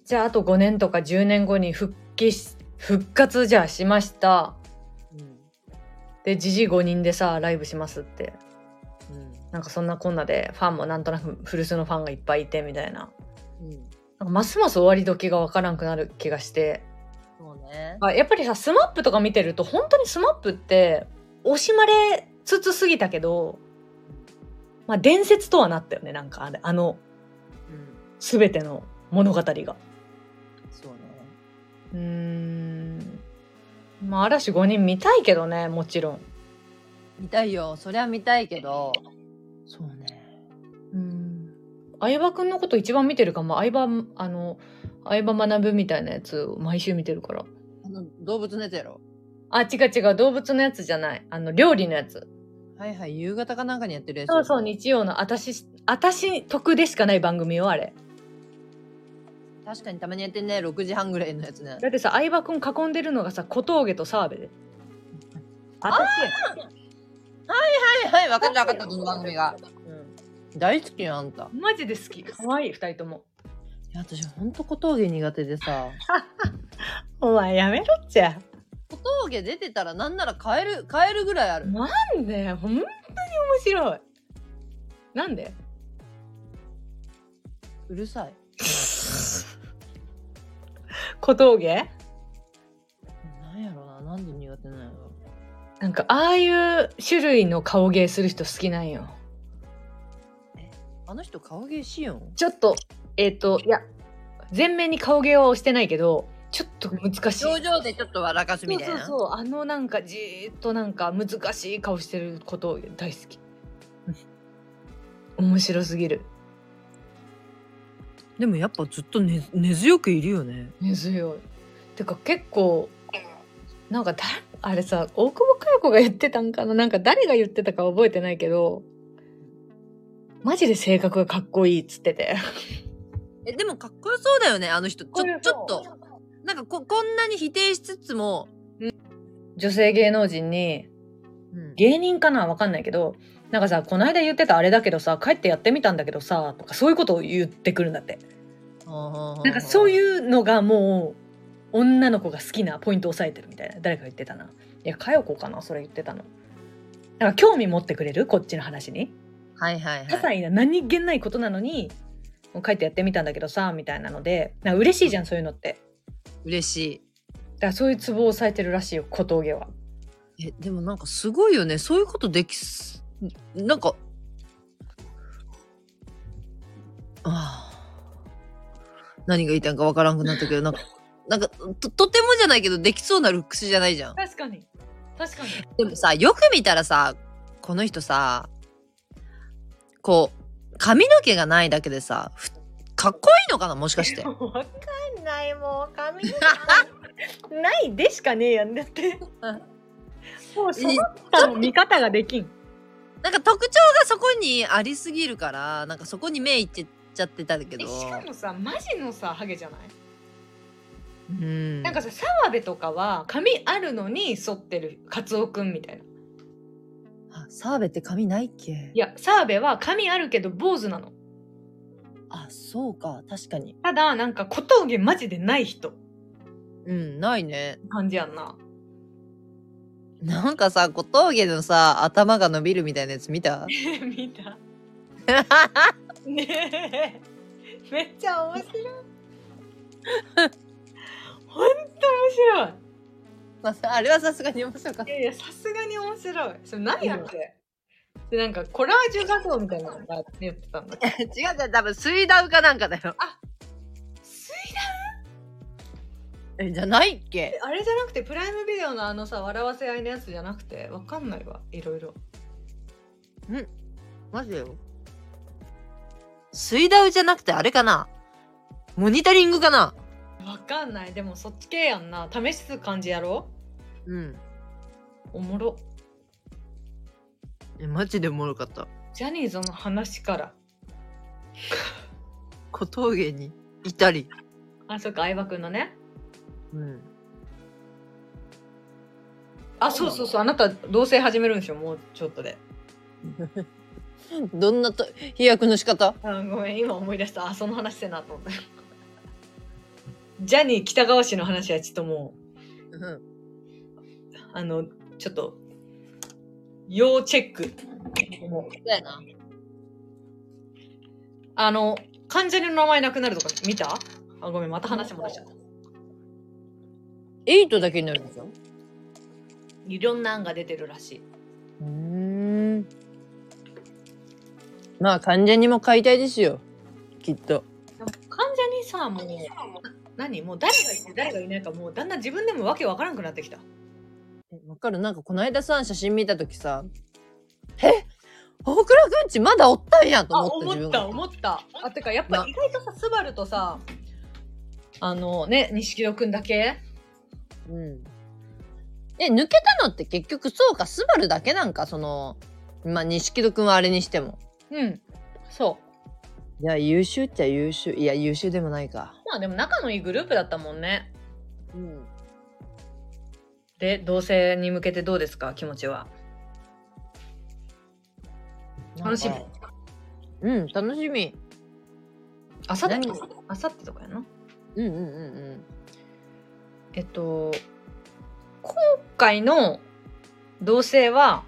Speaker 1: じゃああと5年とか10年後に復帰し復活じゃあしました
Speaker 2: うん。
Speaker 1: でじじ5人でさライブしますって
Speaker 2: う。
Speaker 1: なんかそんなこんなでファンもなんとなく古巣のファンがいっぱいいてみたいなん
Speaker 2: うん。
Speaker 1: なんかますます終わり時がわからんくなる気がして
Speaker 2: そうね。
Speaker 1: あやっぱりさ SMAP とか見てると本当に SMAP って惜しまれつつすぎたけど、まあ、伝説とはなったよねなんかあれあの
Speaker 2: うん。
Speaker 1: 全ての物語が。
Speaker 2: そうね。
Speaker 1: うーんまあ嵐5人見たいけどねもちろん。
Speaker 2: 見たいよ。そりゃ見たいけど。そうね。
Speaker 1: うん相葉くんのこと一番見てるかも相葉あの相葉学ぶみたいなやつを毎週見てるから。
Speaker 2: あの、動物のやつやろ。
Speaker 1: あ違う違う動物のやつじゃないあの料理のやつ。
Speaker 2: はいはい、夕方かなんかにやってるやつや
Speaker 1: そ
Speaker 2: ろ。
Speaker 1: うそう日曜の私私得でしかない番組よあれ。
Speaker 2: 確かにたまにやってんね、6時半ぐらいのやつね。
Speaker 1: だってさ相葉君囲んでるのがさ小峠と澤部で私や
Speaker 2: はいはい、分かった分かった、この番組が。大好きよ、あんた。
Speaker 1: うん、マジで好き可愛い二人とも
Speaker 2: いや私、ほんと小峠苦手でさ。
Speaker 1: お前やめろっちゃ
Speaker 2: 小峠出てたらなんなら変える、変えるぐらいある。
Speaker 1: なんで本当に面白いなんで
Speaker 2: うるさい。
Speaker 1: 小峠
Speaker 2: なんやろな、なんで苦手なんやろ。
Speaker 1: なんかああいう種類の顔芸する人好きなんよ
Speaker 2: あの人、顔芸しよん。
Speaker 1: ちょっとえっ、といや全面に顔芸は押してないけどちょっと難しい
Speaker 2: 表情でちょっと笑かす
Speaker 1: そ
Speaker 2: み
Speaker 1: う
Speaker 2: たい
Speaker 1: そう
Speaker 2: な。
Speaker 1: そうあのなんかじーっとなんか難しい顔してる小峠大好き面白すぎる
Speaker 2: でもやっぱずっと根根強くいるよね。
Speaker 1: 根強いてか結構なんかだあれさ大久保佳代子が言ってたんかななんか誰が言ってたか覚えてないけどマジで性格がかっこいいっつってて
Speaker 2: え、でもかっこよそうだよね、あの人。ち
Speaker 1: これ
Speaker 2: ょ、ちょっと。なんかこ、こんなに否定しつつも、
Speaker 1: 女性芸能人に
Speaker 2: うん
Speaker 1: 芸人かなわかんないけどなんかさこの間言ってたあれだけどさ帰ってやってみたんだけどさとかそういうことを言ってくるんだってな
Speaker 2: なん
Speaker 1: かそう
Speaker 2: う。
Speaker 1: いうのがもう女の子が好きなポイントを押さえてるみたいな誰か言ってたないや佳代子かなそれ言ってたのなんか興味持ってくれるこっちの話に
Speaker 2: はいはい
Speaker 1: 些
Speaker 2: はい。
Speaker 1: 細な何気ないことなのにもう書いてやってみたんだけどさみたいなのでなんか嬉しいじゃんそういうのって
Speaker 2: 嬉し。
Speaker 1: だからそういうツボを押さえてるらしいよ小峠はい
Speaker 2: え、でもなんかすごいよね。そういうことできす、なんか、ああ。何が言いたいのかわからんくなったけど、なんか、 なんかと、とてもじゃないけど、できそうなルックスじゃないじゃん。
Speaker 1: 確かに確かに
Speaker 2: でもさ、よく見たらさ、この人さ、こう、髪の毛がないだけでさ、ふかっこいいのかなもし かして。
Speaker 1: 分かんないもう髪の毛 ないでしかねえやんだってもうその他の見方ができん
Speaker 2: なんか特徴がそこにありすぎるから、なんかそこに目いっちゃってたけ
Speaker 1: え
Speaker 2: ど。
Speaker 1: しかもさマジのさハゲじゃない、
Speaker 2: うん。
Speaker 1: なんかさ澤部とかは髪あるのに剃ってるカツオくんみたいな
Speaker 2: あ、澤部って髪ないっけ
Speaker 1: いや澤部は髪あるけど坊主なの
Speaker 2: あ、そうか、確かに。
Speaker 1: ただなんか小峠マジでない人
Speaker 2: うん、ないね。
Speaker 1: 感じやんな
Speaker 2: なんかさ、小峠のさ、頭が伸びるみたいなやつ見 た
Speaker 1: 見たねえめっちゃ面白いほんと面白い
Speaker 2: まあさあれはさすがに面白かっ
Speaker 1: いやいやさすがに面白いそれ何やって、でなんかコラージュ画像みたいなのがやってたんだけど
Speaker 2: た。違う違う、多分水ダウかなんかだよ。
Speaker 1: 水
Speaker 2: え、じゃないっけ
Speaker 1: えあれじゃなくてプライムビデオのあのさ笑わせ合いのやつじゃなくてわかんないわいろいろ
Speaker 2: マジだよ。水ダウじゃなくてあれかなモニタリングかな
Speaker 1: わかんないでもそっち系やんな試す感じやろ
Speaker 2: うん。
Speaker 1: おもろ
Speaker 2: え、マジでおもろかった。
Speaker 1: ジャニーズの話から
Speaker 2: 小峠にいたり。
Speaker 1: あそっか相葉くんのね
Speaker 2: うん。
Speaker 1: あそうそうそうあなた同棲始めるんでしょもうちょっとで
Speaker 2: どんなと飛躍の仕方
Speaker 1: あごめん今思い出したあその話せなと思ったジャニー北川氏の話はちょっとも
Speaker 2: うん。
Speaker 1: うあのちょっと要チェックもう
Speaker 2: そうやな。
Speaker 1: あの患者の名前なくなるとか見たあごめんまた話戻しちゃった
Speaker 2: エイトだけになるんですよ。
Speaker 1: いろんな案が出てるらしい
Speaker 2: うん。まあ、患者にも解体ですよ。きっと。
Speaker 1: でも患者にさもう何もう誰がいて誰がいないかもうだんだん自分でもわけわからんくなってきた
Speaker 2: えわかるなんかこの間さ、写真見たときさ、え大倉くんちまだおったんやと
Speaker 1: あ
Speaker 2: 思った
Speaker 1: 思
Speaker 2: 自分
Speaker 1: った
Speaker 2: が。
Speaker 1: 思ったあてかやっ
Speaker 2: な
Speaker 1: ぱ意外とさスバルとさあのね錦戸くんだけ
Speaker 2: うん。え、抜けたのって結局そうか、スバルだけなんか、その、まあ、錦戸くんはあれにしても。
Speaker 1: うんそう
Speaker 2: いや、優秀っちゃ優秀。いや、優秀でもないか。
Speaker 1: まあでも仲のいいグループだったもんね
Speaker 2: うん。
Speaker 1: で同棲に向けてどうですか気持ちは楽しみ。
Speaker 2: うん、楽しみ。
Speaker 1: あさって
Speaker 2: 何
Speaker 1: あさってとかやな
Speaker 2: うんうんうん
Speaker 1: えっと今回の同棲は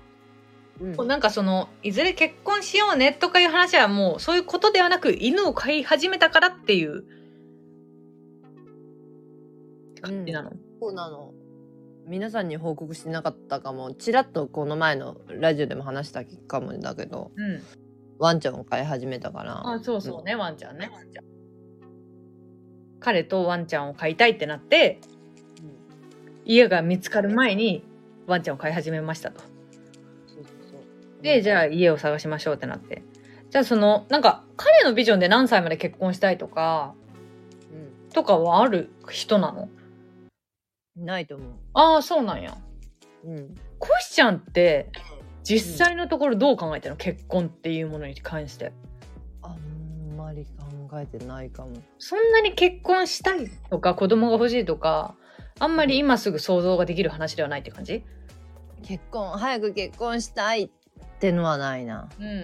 Speaker 2: うん。
Speaker 1: もうなんかそのいずれ結婚しようねとかいう話はもうそういうことではなく犬を飼い始めたからっていう感じなの、
Speaker 2: そうなの。皆さんに報告してなかったかも。ちらっとこの前のラジオでも話したかもだけど、
Speaker 1: うん、
Speaker 2: ワンちゃんを飼い始めたから。
Speaker 1: あそうそうね、ワンちゃんね彼とワンちゃんを飼いたいってなって
Speaker 2: うん
Speaker 1: 家が見つかる前にワンちゃんを飼い始めましたと
Speaker 2: そうそうそう
Speaker 1: でじゃあ家を探しましょうってなってじゃあそのなんか彼のビジョンで何歳まで結婚したいとかとかはある人なの
Speaker 2: うん。ないと思
Speaker 1: ああそうなんや
Speaker 2: う。うん。
Speaker 1: コシちゃんって実際のところどう考えてるの、結婚っていうものに関して
Speaker 2: あんまり考えてないかも。
Speaker 1: そんなに結婚したいとか子供が欲しいとかあんまり今すぐ想像ができる話ではないって感じ
Speaker 2: 結婚、早く結婚したいってのはないな。
Speaker 1: うんうんう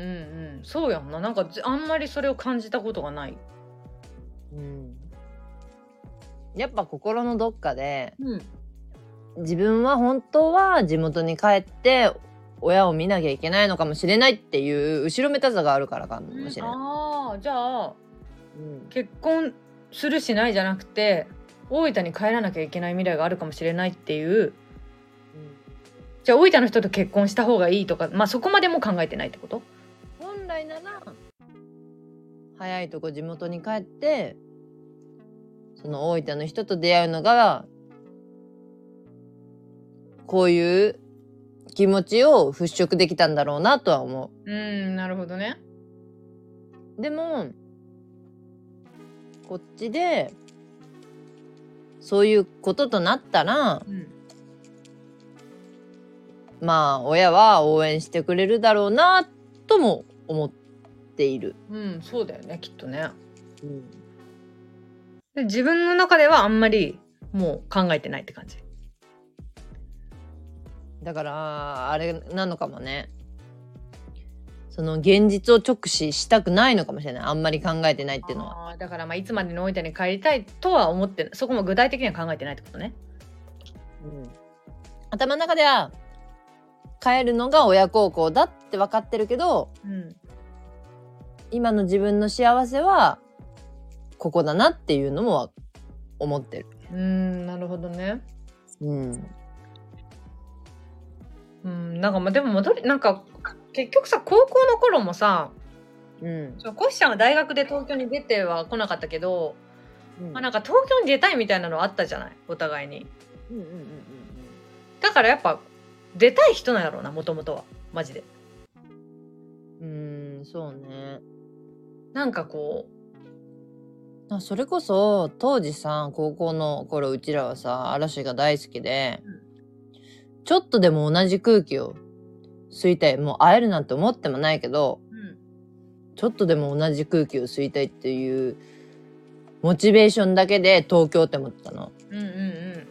Speaker 1: んそうやんななんかずあんまりそれを感じたことがない
Speaker 2: うん。やっぱ心のどっかで、
Speaker 1: うん
Speaker 2: 自分は本当は地元に帰って親を見なきゃいけないのかもしれないっていう後ろめたさがあるからかもしれない。
Speaker 1: ああじゃあ
Speaker 2: うん
Speaker 1: 結婚するしないじゃなくて大分に帰らなきゃいけない未来があるかもしれないっていうじゃあ大分の人と結婚した方がいいとかまあそこまでも考えてないってこと
Speaker 2: 本来なら早いとこ地元に帰ってその大分の人と出会うのがこういう気持ちを払拭できたんだろうなとは思う。
Speaker 1: うんなるほどね
Speaker 2: でもこっちでそういうこととなったら
Speaker 1: うん
Speaker 2: まあ親は応援してくれるだろうなとも思っている。
Speaker 1: うんそうだよねきっとねで自分の中ではあんまりもう考えてないって感じ
Speaker 2: だからあれなのかもねその現実を直視したくないのかもしれないあんまり考えてないっていうのは。
Speaker 1: あーだからまあいつまでに大分に帰りたいとは思ってないそこも具体的には考えてないってことね
Speaker 2: 頭の中では帰るのが親孝行だって分かってるけど
Speaker 1: うん
Speaker 2: 今の自分の幸せはここだなっていうのも思ってる。
Speaker 1: うんなるほどね
Speaker 2: うん、
Speaker 1: うんなんかまあでも戻りなんか結局さ高校の頃もさ
Speaker 2: うん
Speaker 1: そうコシちゃんは大学で東京に出ては来なかったけど、まあ、なんか東京に出たいみたいなのあったじゃないお互いに
Speaker 2: うんうんうんうん
Speaker 1: だからやっぱ出たい人なんやろうなもともとはマジで
Speaker 2: うんうーんそうね
Speaker 1: なんかこ
Speaker 2: あそれこそ当時さ高校の頃うちらはさ嵐が大好きで、ちょっとでも同じ空気を吸いたいもう会えるなんて思ってもないけど
Speaker 1: う、う
Speaker 2: ちょっとでも同じ空気を吸いたいっていうモチベーションだけで東京って思ってたの
Speaker 1: ん、うんうん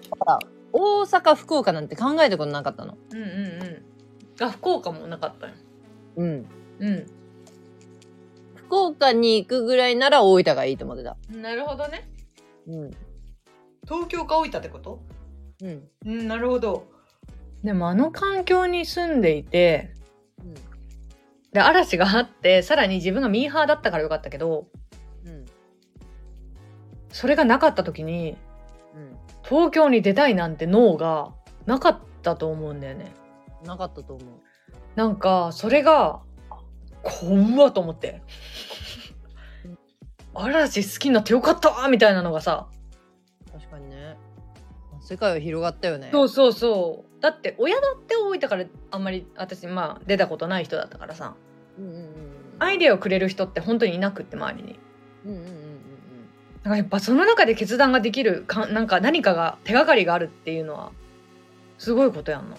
Speaker 2: 大阪福岡なんて考えたことなかったの
Speaker 1: うんうんうんうんあ福岡もなかったよ
Speaker 2: うん
Speaker 1: う
Speaker 2: 福岡に行くぐらいなら大分がいいと思ってた
Speaker 1: んなるほどね
Speaker 2: うん
Speaker 1: 東京か大分ってこと
Speaker 2: うん
Speaker 1: うんなるほどでもあの環境に住んでいてで嵐があってさらに自分がミーハーだったからよかったけど
Speaker 2: うん
Speaker 1: それがなかった時に
Speaker 2: うん
Speaker 1: 東京に出たいなんて脳がなかったと思うんだよね
Speaker 2: なかったと思う
Speaker 1: なんかそれが怖っと思って嵐好きになってよかったみたいなのがさ
Speaker 2: 確かにね世界は広がったよね
Speaker 1: そうそうそうだって親だって大分からあんまり私まあ出たことない人だったからさ
Speaker 2: うんうんうん
Speaker 1: アイデアをくれる人って本当にいなくって周りに
Speaker 2: うんうんうんうん
Speaker 1: なんかやっぱその中で決断ができるかなんか何かが手がかりがあるっていうのはすごいことやんな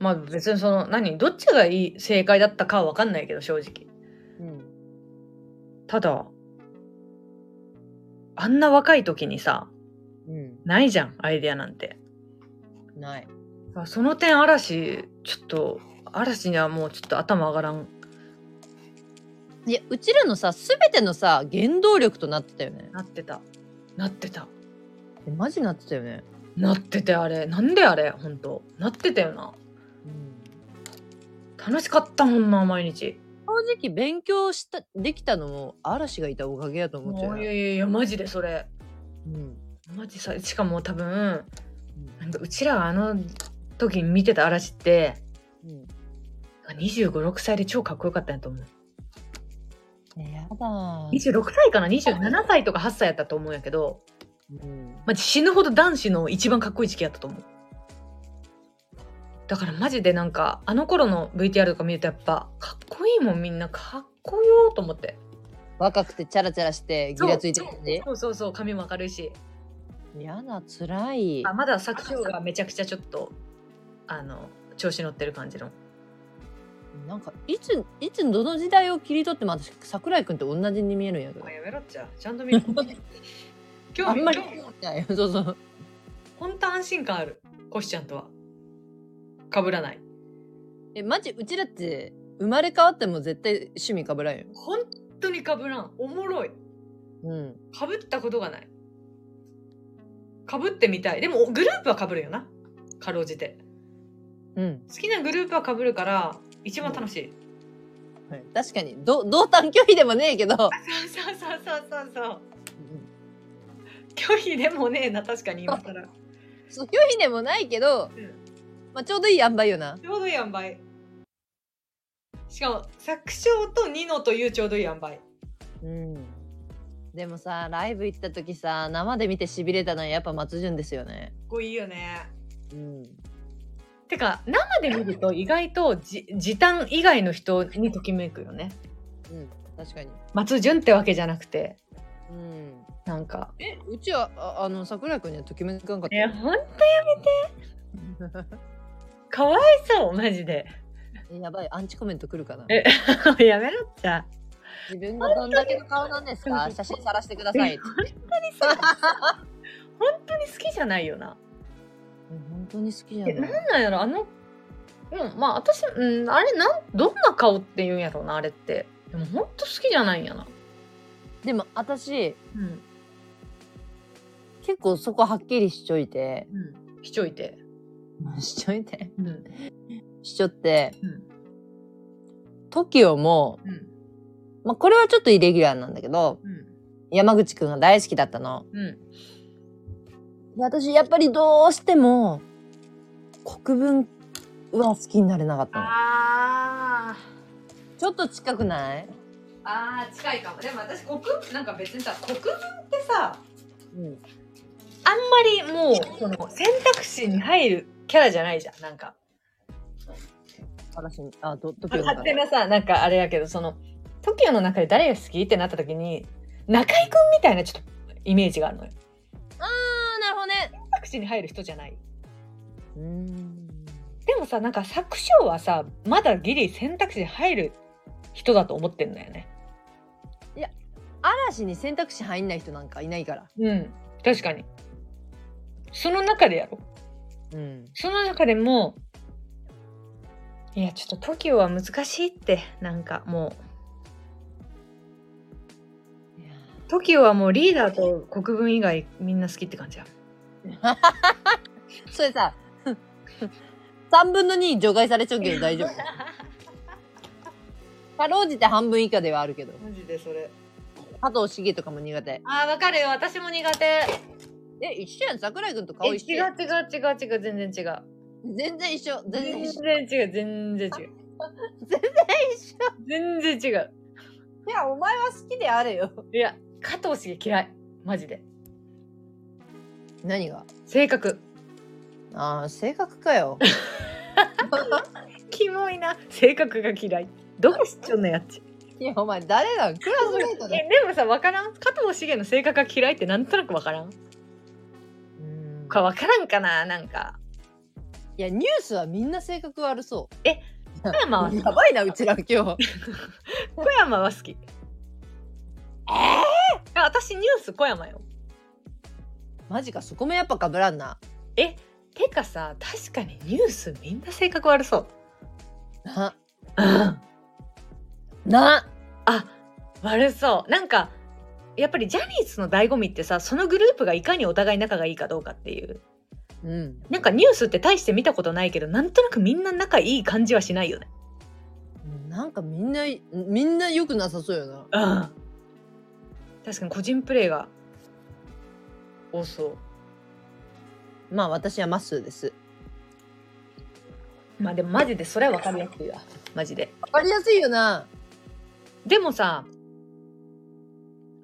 Speaker 1: まあ別にその何どっちがいい正解だったかは分かんないけど正直
Speaker 2: うんうん
Speaker 1: ただあんな若い時にさ
Speaker 2: う
Speaker 1: ないじゃんアイデアなんて
Speaker 2: んない
Speaker 1: あその点嵐ちょっと嵐にはもうちょっと頭上がらん
Speaker 2: いやうちらのさ全てのさ原動力となってたよね
Speaker 1: なってたなってた
Speaker 2: えマジなってたよね
Speaker 1: なっててあれなんであれ本当なってたよな
Speaker 2: うん
Speaker 1: 楽しかったもんな毎日
Speaker 2: 正直勉強したできたのも嵐がいたおかげやと思っちゃ
Speaker 1: も
Speaker 2: う
Speaker 1: ういや
Speaker 2: よ
Speaker 1: いやいやマジでそれ
Speaker 2: うん
Speaker 1: マジさしかも多分なんかうちらがあの時に見てた嵐って
Speaker 2: うん
Speaker 1: 2 5 6歳で超かっこよかったんやと思う
Speaker 2: えやだ
Speaker 1: 26歳かな27歳とか8歳やったと思うんやけど
Speaker 2: うん
Speaker 1: マジ死ぬほど男子の一番かっこいい時期やったと思うだからマジでなんかあの頃の VTR とか見るとやっぱかっこいいもんみんなかっこよーと思って
Speaker 2: 若くてチャラチャラしてギラついてるし
Speaker 1: そうそうそう髪も明るいし
Speaker 2: やだ辛い
Speaker 1: あまだ作詞がめちゃくちゃちょっとあの調子乗ってる感じの
Speaker 2: なんかいついつどの時代を切り取っても私桜井くんって同じに見えるんやけど
Speaker 1: やめろっちゃちゃんと見る 今
Speaker 2: あ
Speaker 1: 日
Speaker 2: ん
Speaker 1: 今
Speaker 2: ま
Speaker 1: 日
Speaker 2: りない そうそう
Speaker 1: 本当安心感あるコシちゃんとは被らない
Speaker 2: えマジうちらって生まれ変わっても絶対趣味かぶらんよ
Speaker 1: 本当に被らんおもろい
Speaker 2: うん
Speaker 1: 被ったことがない被ってみたいでもグループは被るよなかろうじて
Speaker 2: うん、
Speaker 1: 好きなグループは被るから一番楽しい、
Speaker 2: はい、確かにど同短距離でもねえけど
Speaker 1: そうそうそうそうそうそう拒否でもねえな確かに今 から、
Speaker 2: そう距離でもないけど、
Speaker 1: うん
Speaker 2: まあ、ちょうどいい塩梅よな
Speaker 1: ちょうどいい塩梅しかも作章とニノというちょうどいい塩梅
Speaker 2: うんでもさライブ行った時さ生で見てしびれたのはやっぱ松潤ですよね
Speaker 1: これいいよね
Speaker 2: うん
Speaker 1: てか生で見ると意外とじ時短以外の人にときめくよね
Speaker 2: うん確かに
Speaker 1: 松潤ってわけじゃなくて
Speaker 2: うん
Speaker 1: なんか
Speaker 2: えうちはああの桜井くんにはときめかんかった
Speaker 1: え
Speaker 2: よ
Speaker 1: ほんとかわいそうマジで
Speaker 2: えやばいアンチコメント来るかな
Speaker 1: えやめろっちゃ
Speaker 2: 自分がどんだけの顔な んですか写真晒してください
Speaker 1: 本当に本当に好きじゃないよな
Speaker 2: 本当に好きじゃ
Speaker 1: え
Speaker 2: な
Speaker 1: ないんなんやろあのうんまあ私、うん、あれなんどんな顔って言うんやろうなあれってでも本当好きじゃないんやな
Speaker 2: でも私
Speaker 1: うん
Speaker 2: 結構そこはっきりしちょいて
Speaker 1: しちょいて
Speaker 2: しちょいて
Speaker 1: うん
Speaker 2: しちょって
Speaker 1: うん
Speaker 2: トキオも、
Speaker 1: うん
Speaker 2: まあ、これはちょっとイレギュラーなんだけど
Speaker 1: うん
Speaker 2: 山口くんが大好きだったの
Speaker 1: うん
Speaker 2: で私やっぱりどうしても国分は好きになれなかったの
Speaker 1: あ
Speaker 2: ちょっと近くない
Speaker 1: ーあー近いかもでも私国なんか別にさ国分ってさ
Speaker 2: うん
Speaker 1: あんまりもうその選択肢に入るキャラじゃないじゃんなんか
Speaker 2: 私あとトキオだか
Speaker 1: 勝手
Speaker 2: ら
Speaker 1: なさなんかあれやけどその TOKIO の中で誰が好きってなった時に中居君みたいなちょっとイメージがあるのよ
Speaker 2: あー、なるほどね。
Speaker 1: 作詞に入る人じゃないう
Speaker 2: ーん。
Speaker 1: でもさなんか作詞はさまだギリ選択肢に入る人だと思ってんだよね
Speaker 2: 嵐に選択肢入んない人なんかいないから。
Speaker 1: うん確かにその中でやろう
Speaker 2: うん。
Speaker 1: その中でもいやちょっと TOKIO は難しいってなんかもう TOKIO はもうリーダーと国分以外みんな好きって感じや
Speaker 2: それさ、3分の2除外されちゃうけど大 丈夫。かろうじて半分以下ではあるけど。
Speaker 1: マジでそれ
Speaker 2: 加藤茂とかも苦手。
Speaker 1: あーわかるよ私も苦手
Speaker 2: え、一緒やん。桜井くんと
Speaker 1: え
Speaker 2: 顔
Speaker 1: 違う
Speaker 2: 一緒
Speaker 1: 違う
Speaker 2: やん。
Speaker 1: 違う違う全然違う
Speaker 2: 全然一緒。全然一緒。
Speaker 1: 全然違う全然違う
Speaker 2: 全然一緒。
Speaker 1: 全然違う
Speaker 2: いや、お前は好きであれよ。
Speaker 1: いや加藤茂嫌いマジで
Speaker 2: 何が
Speaker 1: 性格
Speaker 2: ああ、性格かよ。
Speaker 1: キモいな性格が嫌いどこ知っちょんのやっち
Speaker 2: いや、お前誰なんクラスメートだよ。
Speaker 1: えでもさ分からん加藤茂の性格が嫌いってなんとなく分からん
Speaker 2: うん
Speaker 1: か分からんかななんか
Speaker 2: いや、ニュースはみんな性格悪そう。
Speaker 1: 小山は好き
Speaker 2: やばいな、うちら今日。
Speaker 1: 小山は好きえ私ニュース小山よ
Speaker 2: マジか、そこもやっぱ被らんな。
Speaker 1: えてかさ確かにニュースみんな性格悪そう
Speaker 2: な、
Speaker 1: うん
Speaker 2: な、
Speaker 1: あ悪そうなんかやっぱりジャニーズの醍醐味ってさそのグループがいかにお互い仲がいいかどうかっていう
Speaker 2: うん。
Speaker 1: なんかニュースって大して見たことないけどなんとなくみんな仲いい感じはしないよね
Speaker 2: なんかみんな、みんな良くなさそうよな。
Speaker 1: うん確かに個人プレーが多そ
Speaker 2: まあ私はまっすーです。
Speaker 1: うまあでもマジでそれは分かりやすいわマジで
Speaker 2: わかりやすいよな。
Speaker 1: でもさ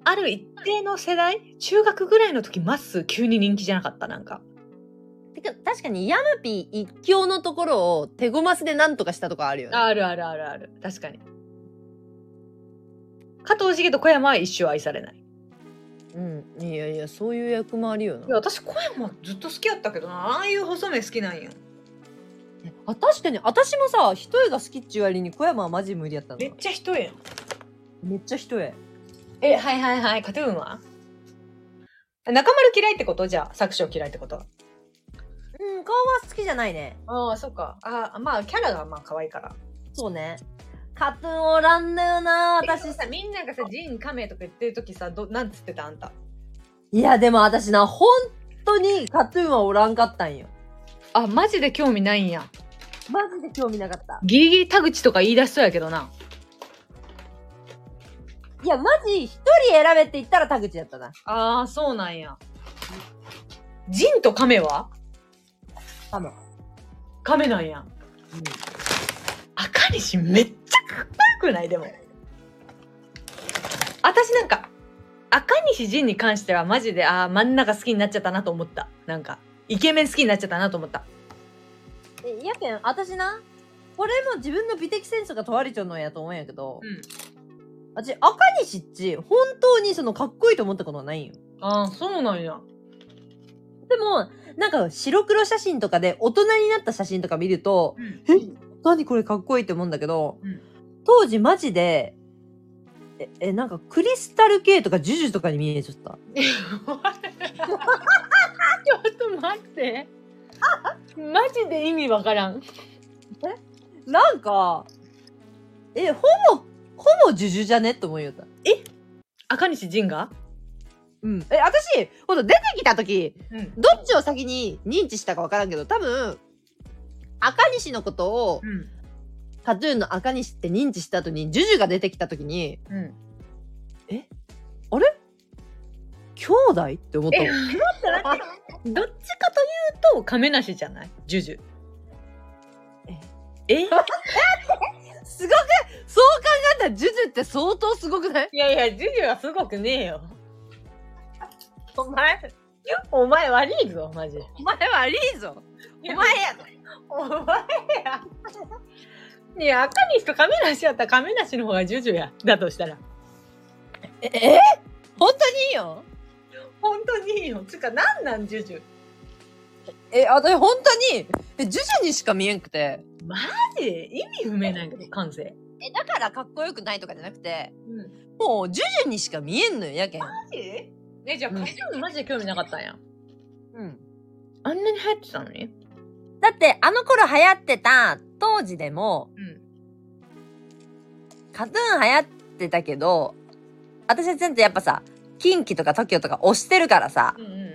Speaker 1: ある一定の世代中学ぐらいの時まっすー急に人気じゃなかったなんか
Speaker 2: てか、確かにヤムピー一強のところを手ごますでなんとかしたとかあるよね。
Speaker 1: あるあるあるある確かに加藤茂と小山は一生愛されない
Speaker 2: うん。いやいや、そういう役回りよ
Speaker 1: い
Speaker 2: な
Speaker 1: や。私小山ずっと好きやったけどなああいう細め好きなんや
Speaker 2: あ確かに私もさ一重が好きっちゅう割に小山はマジ無理やったの
Speaker 1: めっちゃ人やん
Speaker 2: めっちゃ一重
Speaker 1: えはいはいはいカトゥーンは中丸嫌いってことじゃあ作詞を嫌いってこと
Speaker 2: うん顔は好きじゃないね
Speaker 1: ああそっかああまあキャラがまあ可愛いから
Speaker 2: そうねカトゥーンおらんだよな
Speaker 1: 私
Speaker 2: 私
Speaker 1: さみんながさ「ジンカメ」とか言ってる時さどなんつってたあんた
Speaker 2: いやでも私な本当にカトゥーンはおらんかったんよ
Speaker 1: あマジで興味ないんや
Speaker 2: マジで興味なかった
Speaker 1: ギリギリ田口とか言い出しそうやけどない
Speaker 2: やマジ一人選べって言ったら田口だったな
Speaker 1: ああそうなんやジンとカメは
Speaker 2: 多分、
Speaker 1: カメなんや
Speaker 2: うん
Speaker 1: 赤西めっちゃかっこよくないでも私なんか赤西仁に関してはマジでああ真ん中好きになっちゃったなと思ったなんかイケメン好きになっちゃったなと思った
Speaker 2: えやけん私なこれも自分の美的センスが問われちゃうのやと思うんやけど、
Speaker 1: うん
Speaker 2: 私赤西っち本当にそのかっこいいと思ったことはないんよ
Speaker 1: ああそうなん や
Speaker 2: でも、なんか白黒写真とかで大人になった写真とか見ると、
Speaker 1: うん
Speaker 2: 何これかっこいいって思うんだけど、
Speaker 1: うん
Speaker 2: 当時マジで、え、え、なんかクリスタル系とかジュジュとかに見えちゃった。
Speaker 1: ちょっと待 ってマジで意味わからん
Speaker 2: なんか、え、ほぼ、ほぼジュジュじゃねと思いよった。
Speaker 1: 赤西仁が
Speaker 2: うん。え、私、ほんと出てきた時、
Speaker 1: うん
Speaker 2: どっちを先に認知したかわからんけど、多分、赤西のことを、
Speaker 1: ん
Speaker 2: カトゥーンの赤西って認知した後に、ジュジュが出てきた時に、
Speaker 1: うん
Speaker 2: 兄弟って思った
Speaker 1: え
Speaker 2: もん
Speaker 1: 待ってどっちかというと亀梨じゃないジュジュえ
Speaker 2: すごくそう考えたらジュジュって相当すごく ない
Speaker 1: いやいや、ジュジュはすごくねえよ。お前、お前悪いぞ、マジ。
Speaker 2: お前は悪いぞお前や
Speaker 1: お前や。いや、赤西と亀梨やったら亀梨の方がジュジュや。だとしたら。
Speaker 2: ええ本当にいいよ
Speaker 1: 本当にいいよ。つうか、なんなんジュジュ。
Speaker 2: え、私本当に、え、ジュジュにしか見えんくて。
Speaker 1: マジで意味不明なんやけど、感性。
Speaker 2: え、だからかっこよくないとかじゃなくて、
Speaker 1: うん。
Speaker 2: もうジュジュにしか見えんのよ、やけん。
Speaker 1: マジえ、じゃあ、
Speaker 2: うん
Speaker 1: カジュマジで興味なかったんや。
Speaker 2: うん。
Speaker 1: あんなに流行ってたのに
Speaker 2: だって、あの頃流行ってた当時でも、
Speaker 1: うん。
Speaker 2: カトゥーン流行ってたけど、私は全然やっぱさ、キンキとか TOKIO とか押してるからさ、
Speaker 1: うんうん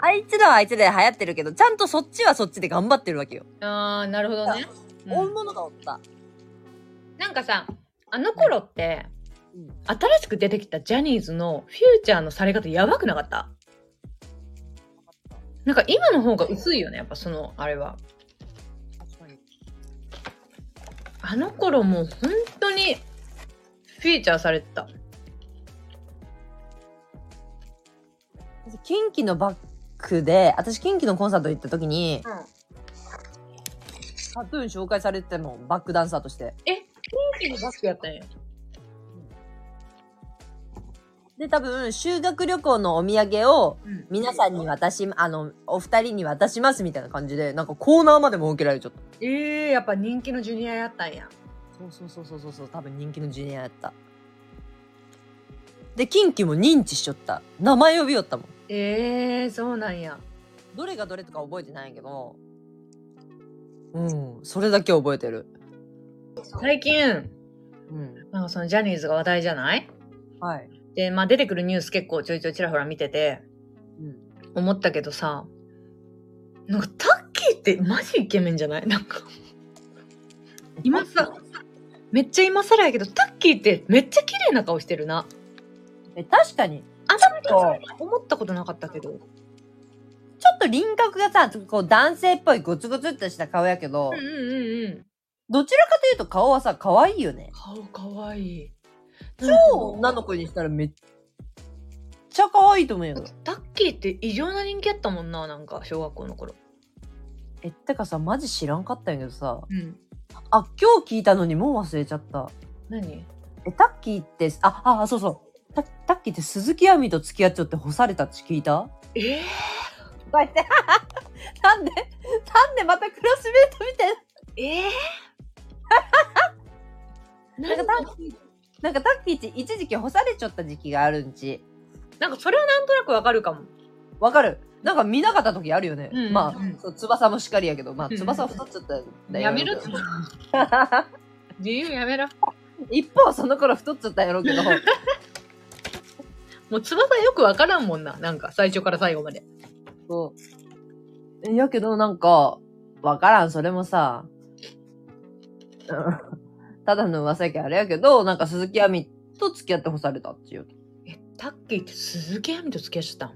Speaker 2: あいつらはあいつらで流行ってるけど、ちゃんとそっちはそっちで頑張ってるわけよ。
Speaker 1: うん。あー、なるほどね。うん
Speaker 2: 大物がおった。
Speaker 1: なんかさ、あの頃って、
Speaker 2: うん
Speaker 1: 新しく出てきたジャニーズのフューチャーのされ方やばくなかったなんか今の方が薄いよね、やっぱその、あれは。あの頃もう本当にフィーチャーされてた。
Speaker 2: キンキのバックで、私キンキのコンサート行った時に、カトゥーン紹介されてたもん、バックダンサーとして。
Speaker 1: え、キンキのバックやったんや。
Speaker 2: で、多分、修学旅行のお土産を、
Speaker 1: うん
Speaker 2: 皆さんに渡し、あの、お二人に渡しますみたいな感じで、なんかコーナーまで設けられちゃった。
Speaker 1: えー、やっぱ人気のジュニアやったんや。
Speaker 2: そうそうそうそうそうそう、多分人気のジュニアやった。で、キンキも認知しちゃった。名前呼びよったもん。
Speaker 1: えー、そうなんや。
Speaker 2: どれがどれとか覚えてないけど、うん、それだけ覚えてる。
Speaker 1: 最近、
Speaker 2: うん。
Speaker 1: なんかそのジャニーズが話題じゃない
Speaker 2: はい。
Speaker 1: で、まあ出てくるニュース結構ちょいちょいちらほら見てて、
Speaker 2: うん。
Speaker 1: 思ったけどさ、なんかタッキーってマジイケメンじゃないなんか、今さ、めっちゃ今更やけど、タッキーってめっちゃ綺麗な顔してるな。
Speaker 2: え、確かに、
Speaker 1: あんまり思ったことなかったけど。
Speaker 2: ちょっと輪郭がさ、こう男性っぽいゴツゴツっとした顔やけど、
Speaker 1: うんうんうん。
Speaker 2: どちらかというと顔はさ、可愛いよね。
Speaker 1: 顔かわいい。
Speaker 2: 超女の子にしたらめっちゃ可愛いと思うよ。
Speaker 1: タッキーって異常な人気やったもんな、なんか小学校の頃。
Speaker 2: え、てかさ、マジ知らんかったんやけどさ、
Speaker 1: うん。
Speaker 2: あ、今日聞いたのにもう忘れちゃった。
Speaker 1: 何
Speaker 2: え、タッキーって、あ、あ、あそうそう。タタッキーって鈴木亜美と付き合っちゃって干されたって聞いた
Speaker 1: ええ
Speaker 2: こうやって、 なんで、なんでまたクラスメートみたい
Speaker 1: ええな
Speaker 2: な。な
Speaker 1: か
Speaker 2: んんかタッキー、なんかタッキーって一時期干されちゃった時期があるんち。
Speaker 1: なんかそれはなんとなくわかるかも。
Speaker 2: わかるなんか見なかった時あるよね。
Speaker 1: うん
Speaker 2: ま
Speaker 1: うん
Speaker 2: あ、そう翼もしかりやけど、まあ、
Speaker 1: うん
Speaker 2: 翼は太っちゃったんだよ
Speaker 1: やめろっつも自由やめろ。
Speaker 2: 一方、その頃太っちゃったんやろうけど、
Speaker 1: もう翼よくわからんもんな。なんか最初から最後まで。
Speaker 2: そう。やけど、なんか、わからん、それもさ、うんただの噂やけんあれやけど、なんか鈴木亜美と付き合って干されたっていう。
Speaker 1: え、タッキーって鈴木亜美と付き合ってたん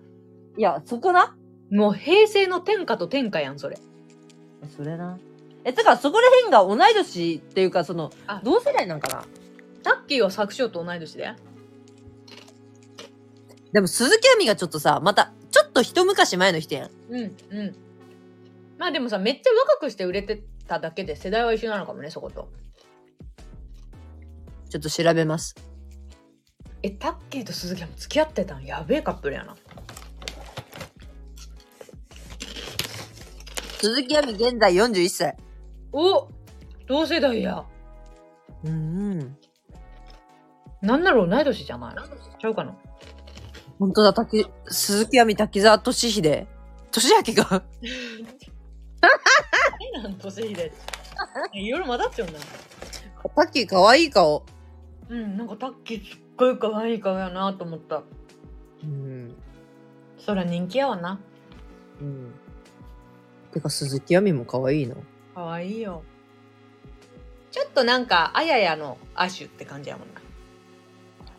Speaker 2: いや、そこな
Speaker 1: もう平成の天下と天下やん、それ。
Speaker 2: それな。え、だからそこら辺が同い年っていうか、その
Speaker 1: あ、
Speaker 2: 同世代なんかな
Speaker 1: タッキーは作詞と同い年で
Speaker 2: でも鈴木亜美がちょっとさ、また、ちょっと一昔前の人やん。
Speaker 1: うんうん。まあでもさ、めっちゃ若くして売れてただけで世代は一緒なのかもね、そこと。
Speaker 2: ちょっと調べます。
Speaker 1: え、タッキーと鈴木はもう付き合ってたんやべえカップルやな。
Speaker 2: 鈴木亜美現在41歳。
Speaker 1: お同世代や。
Speaker 2: うん。
Speaker 1: なんなら同い年じゃないちゃうかな。
Speaker 2: 本当だ、滝、鈴木亜美滝沢俊秀。俊明が。
Speaker 1: えなん、年秀で。いろいろ混ざっちゃうんだ。
Speaker 2: タッキー可愛い顔。
Speaker 1: うん、なんかタッキーすっごい可愛い顔やなと思った。
Speaker 2: うん。
Speaker 1: そら人気やわな。
Speaker 2: うん。てか、鈴木亜美も可愛いな。
Speaker 1: 可愛いよ。ちょっとなんか、あややの亜種って感じやもんな。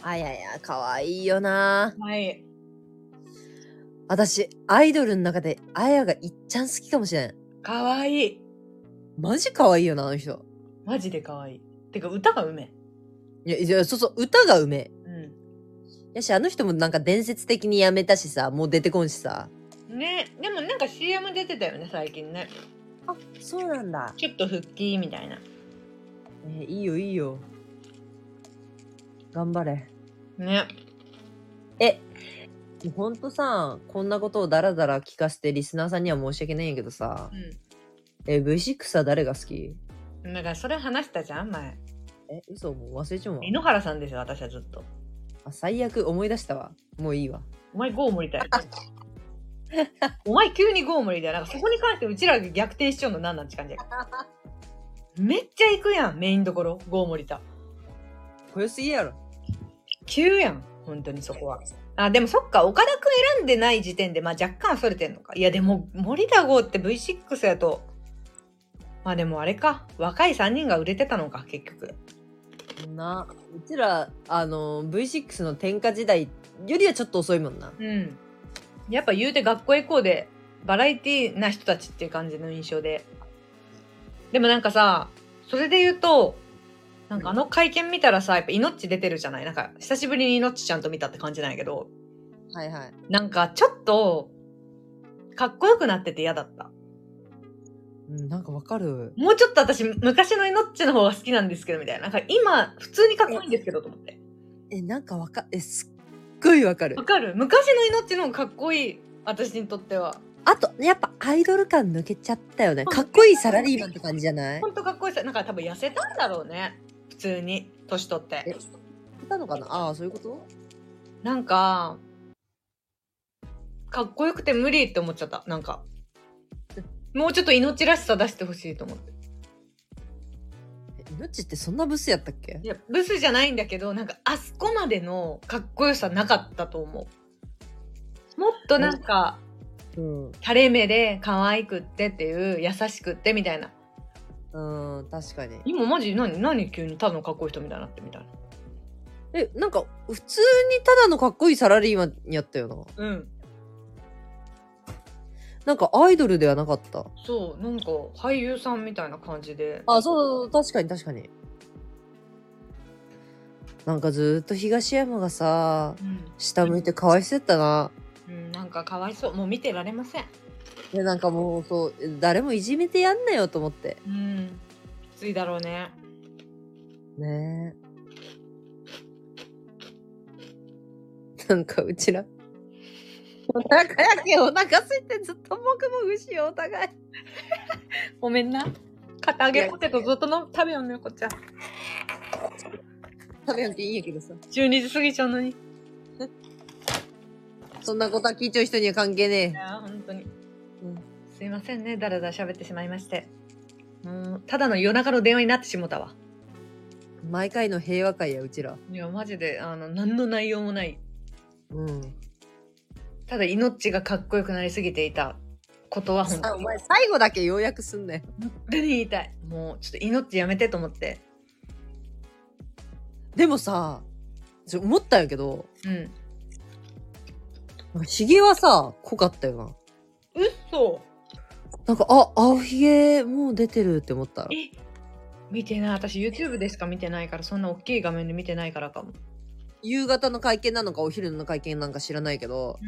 Speaker 2: あやや、可愛いよな。
Speaker 1: はい。
Speaker 2: 私、アイドルの中で、あやがいっちゃん好きかもしれん。
Speaker 1: 可愛い。
Speaker 2: マジ可愛いよな、あの人。
Speaker 1: マジで可愛い。てか、歌がうめえ。
Speaker 2: いや、いやそうそう、歌がうめえ。
Speaker 1: う
Speaker 2: やし、あの人もなんか伝説的に辞めたしさ、もう出てこんしさ。
Speaker 1: ん。ね、でもなんか CM 出てたよね、最近ね。
Speaker 2: あ、そうなんだ。
Speaker 1: ちょっと復帰みたいな。
Speaker 2: ねいいよいいよ。頑張れ。
Speaker 1: ね。
Speaker 2: え、ほんとさ、こんなことをダラダラ聞かせてリスナーさんには申し訳ないんやけどさ、え、V6 は誰が好き
Speaker 1: うん。だからそれ話したじゃん、前。
Speaker 2: え、嘘もう忘れちゃうわ。
Speaker 1: 井ノ原さんですよ、私はずっと。
Speaker 2: あ、最悪思い出したわ。もういいわ。
Speaker 1: お前ゴー盛りたい。お前急にゴー盛りだよ。なんかそこに関してうちらが逆転しちゃうのなんなんって感じやから。めっちゃ行くやん、メインどころ、ゴー盛りた。
Speaker 2: こよすぎやろ。
Speaker 1: 急やん、本当にそこは。あ、でもそっか、岡田くん選んでない時点で、まあ若干恐れてんのか。いやでも、森田剛って V6 やと、まあでもあれか、若い3人が売れてたのか、結局。
Speaker 2: な、うちら、あの、V6 の天下時代よりはちょっと遅いもんな。
Speaker 1: うん。やっぱ言うて学校へ行こうで、バラエティな人たちっていう感じの印象で。でもなんかさ、それで言うと、なんかあの会見見たらさ、やっぱ命出てるじゃないなんか久しぶりに命ちゃんと見たって感じなんやけど、
Speaker 2: はいはい。
Speaker 1: なんかちょっと、かっこよくなってて嫌だった。
Speaker 2: うん、なんかわかる。
Speaker 1: もうちょっと私、昔のイノッチの方が好きなんですけど、みたいな。なんか今、普通にかっこいいんですけど、と思って。
Speaker 2: え、なんかわか、え、すっごいわかる
Speaker 1: わ。かる昔のイノッチの方がかっこいい。私にとっては。
Speaker 2: あと、やっぱアイドル感抜けちゃったよね。かっこいいサラリーマンって感じじゃない
Speaker 1: ほんとかっこいいさ。なんか多分痩せたんだろうね。普通に。年取っ
Speaker 2: え
Speaker 1: て。
Speaker 2: たのかなああ、そういうこと
Speaker 1: なんか、かっこよくて無理って思っちゃった。なんか。もうちょっと命らしさ出してほしいと思って。
Speaker 2: えイノッチってそんなブスやったっけ
Speaker 1: いや、ブスじゃないんだけど、なんか、あそこまでのかっこよさなかったと思う。もっとなんか、
Speaker 2: うん。
Speaker 1: 垂れ目で可愛くってっていう優しくってみたいな
Speaker 2: うん、確かに。
Speaker 1: 今マジ何何急にただのかっこいい人みたいになってみたいな
Speaker 2: え、なんか、普通にただのかっこいいサラリーマンやったよな。
Speaker 1: うん
Speaker 2: なんかアイドルではなかった。
Speaker 1: そうなんか俳優さんみたいな感じで
Speaker 2: あ、そう、確かに確かに。なんかずーっと東山がさ、
Speaker 1: うん、
Speaker 2: 下向いてかわいそうやったな。
Speaker 1: うん、なんかかわいそうもう見てられません
Speaker 2: で、なんかもうそう、誰もいじめてやんなよと思って。
Speaker 1: うんきついだろうね
Speaker 2: ねえ。なんかうちら。お腹やけんお腹空いてずっともぐもぐしようお互い。
Speaker 1: ごめんな片揚げポテトずっとの食べよんねこっちは
Speaker 2: 食べなくていいんやけどさ。
Speaker 1: 12時過ぎちゃうのにい
Speaker 2: そんなことは聞いちゃう人には関係ね
Speaker 1: やー本当に、
Speaker 2: うん
Speaker 1: すいませんねだらだら喋ってしまいましてもうただの夜中の電話になってしもたわ
Speaker 2: え。毎回の平和会やうちら。
Speaker 1: いやマジであの何の内容もない
Speaker 2: うん。
Speaker 1: ただ命がかっこよくなりすぎていたことは本
Speaker 2: さ
Speaker 1: 当
Speaker 2: お
Speaker 1: に
Speaker 2: 前最後だけ要約すんね。
Speaker 1: 本当に言いたいもうちょっと命やめてと思って
Speaker 2: でもさ、ちょ思ったんやけど、
Speaker 1: うん
Speaker 2: ひげはさ、濃かったよな。
Speaker 1: うっそ
Speaker 2: なんか、あ、青ひげ、もう出てるって思った。
Speaker 1: え見てない私 YouTube でしか見てないからそんな大きい画面で見てないからかも
Speaker 2: 夕方の会見なのかお昼の会見なんか知らないけど、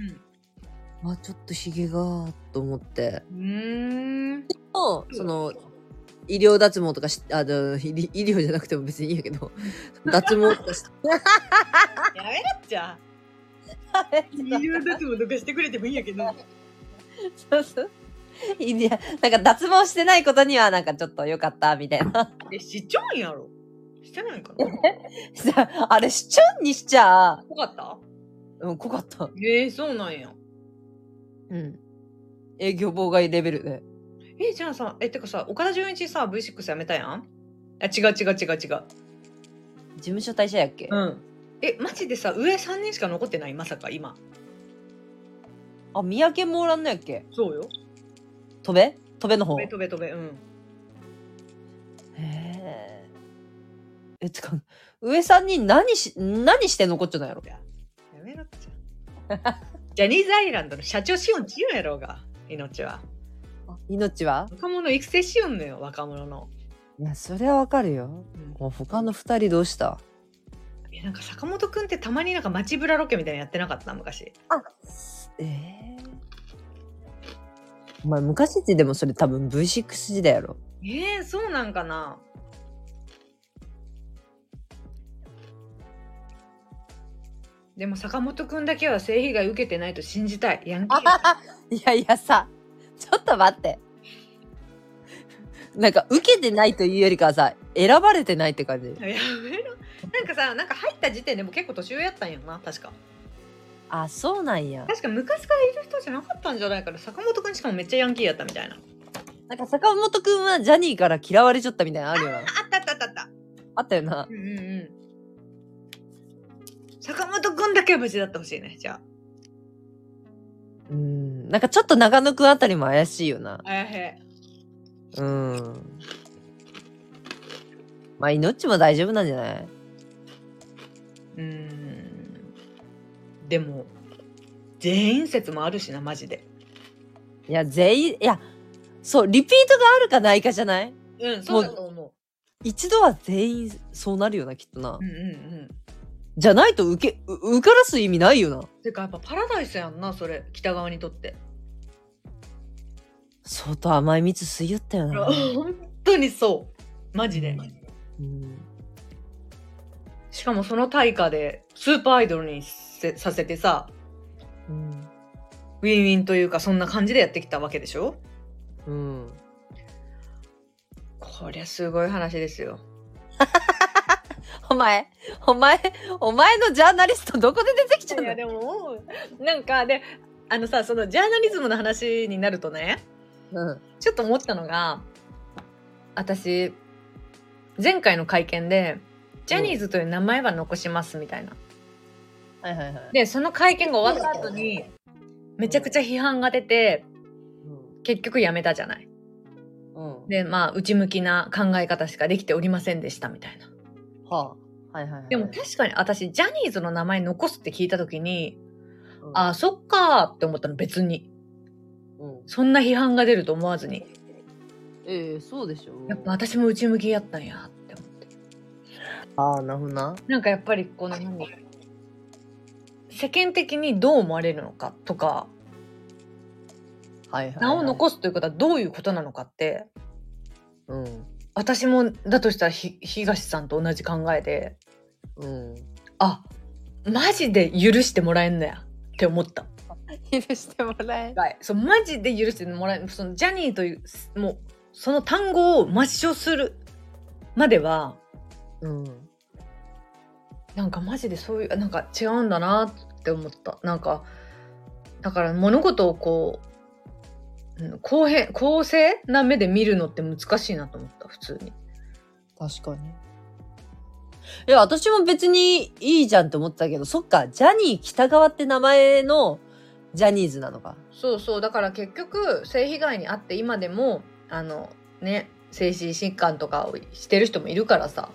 Speaker 2: あ、ちょっとひげが、と思って。
Speaker 1: うんうーん
Speaker 2: もうその、医療脱毛とかし、あの、医医療じゃなくても別にいいんやけ ど、脱毛とかし、
Speaker 1: やめなっちゃ由脱毛とかしてくれてもいいんやけど
Speaker 2: そうそう。 いや、なんか脱毛してないことにはなんかちょっと良かった、みたいな。
Speaker 1: えしちょんやろしてないかな
Speaker 2: さあれ、しちょんにしちゃ、
Speaker 1: よかった
Speaker 2: うん、濃かった。
Speaker 1: えー、そうなんや
Speaker 2: うん。営業妨害レベルで。
Speaker 1: えじゃあさえてかさ岡田准一さ V6 やめたやんあ違う違う違う違う
Speaker 2: 事務所退社やっけ、
Speaker 1: うん。え、マジでさ、上3人しか残ってないまさか、今。
Speaker 2: あ、三宅もおらんのやっけ
Speaker 1: そうよ。
Speaker 2: 飛べ飛べの方。
Speaker 1: 飛べ
Speaker 2: へ
Speaker 1: 飛べ飛べ、うん。
Speaker 2: え。え、つか、上三人何し、何して残っちゃうんやろ
Speaker 1: やめろってじゃん。ジャニーズアイランドの社長しよんちよやろうが、命は。
Speaker 2: 命は
Speaker 1: 若者育成しよんのよ、若者の。
Speaker 2: いや、それはわかるよ。
Speaker 1: うん
Speaker 2: もう他の二人どうした
Speaker 1: え、なんか坂本くんってたまになんか街ブラロケみたいなのやってなかった昔。
Speaker 2: ええお前昔ってでもそれ多分 V6 時代やろ。
Speaker 1: えー、そうなんかなでも坂本くんだけは性被害受けてないと信じたい。ヤンキー。
Speaker 2: いやいやさ、ちょっと待って。 なんか、受けてないというよりかはさ、選ばれてないって感 じ。
Speaker 1: やめろ。なんかさ、なんか入った時点でもう結構年上やったんやんな、確か。
Speaker 2: あ、そうなんや。
Speaker 1: 確か昔からいる人じゃなかったんじゃないから、坂本くんしかもめっちゃヤンキーやったみたいな。
Speaker 2: なんか、坂本くんはジャニーから嫌われちゃったみたいなのあるよな。
Speaker 1: あったあったあったあった。
Speaker 2: あったよな。
Speaker 1: うんうんうん。坂本くんだけは無事だってほしいね、じゃ
Speaker 2: うん。なんか、ちょっと長野くんあたりも怪しいよな
Speaker 1: あ。。あやへ。
Speaker 2: うん。まあ、命も大丈夫なんじゃないう
Speaker 1: ーん。でも、全員説もあるしな、マジで。
Speaker 2: いや、全員、いや、そう、リピートがあるかないかじゃない
Speaker 1: うん、
Speaker 2: そ
Speaker 1: そうう
Speaker 2: だ
Speaker 1: だと思
Speaker 2: 一度は全員そうなるよな、きっとな
Speaker 1: う。う。んうん
Speaker 2: じゃないと受け、う受からす意味ないよな。
Speaker 1: うん。てか、やっぱパラダイスやんな、それ、北側にとって。
Speaker 2: 相当甘い蜜吸いよったよな。
Speaker 1: 本当にそう。マジで。
Speaker 2: うん、
Speaker 1: しかもその対価でスーパーアイドルにせさせてさ
Speaker 2: うん
Speaker 1: ウィンウィンというかそんな感じでやってきたわけでしょ
Speaker 2: うん。
Speaker 1: こりゃすごい話ですよ
Speaker 2: お前、お前、お前のジャーナリストどこで出てきちゃうんだ
Speaker 1: でもなんかであのさそのジャーナリズムの話になるとね
Speaker 2: うん。
Speaker 1: ちょっと思ったのが私前回の会見でジャニーズという名前は残しますみたいな
Speaker 2: はいはいはい。
Speaker 1: でその会見が終わった後にめちゃくちゃ批判が出て結局やめたじゃない
Speaker 2: うん。うん。
Speaker 1: でまあ内向きな考え方しかできておりませんでしたみたいな
Speaker 2: はあ。はいはいはい。
Speaker 1: でも、確かに私ジャニーズの名前残すって聞いた時に、
Speaker 2: うん、
Speaker 1: ああそっかーって思ったの別に
Speaker 2: うん。
Speaker 1: そんな批判が出ると思わずに
Speaker 2: ええそうでしょ。
Speaker 1: やっぱ私も内向きやったんやって思って
Speaker 2: ああ、なるほどな。
Speaker 1: なんかやっぱりこの何世間的にどう思われるのかとか
Speaker 2: はいはい、はい。
Speaker 1: 名を残すということはどういうことなのかって
Speaker 2: うん。
Speaker 1: 私もだとしたらひ東さんと同じ考えで
Speaker 2: うん。
Speaker 1: あマジで許してもらえんのやって思った
Speaker 2: 許してもらえ。
Speaker 1: はい、そうマジで許してもらえそのジャニーというすもうその単語を抹消するまでは
Speaker 2: うん。
Speaker 1: なんかマジでそういうなんか違うんだなって思ったなんかだから物事をこううん公平公正な目で見るのって難しいなと思った普通に
Speaker 2: 確かに。いや、私も別にいいじゃんって思ってたけど、そっか、ジャニー北川って名前のジャニーズなのか。
Speaker 1: そうそうだから結局性被害に遭って今でもあのね精神疾患とかをしてる人もいるからさ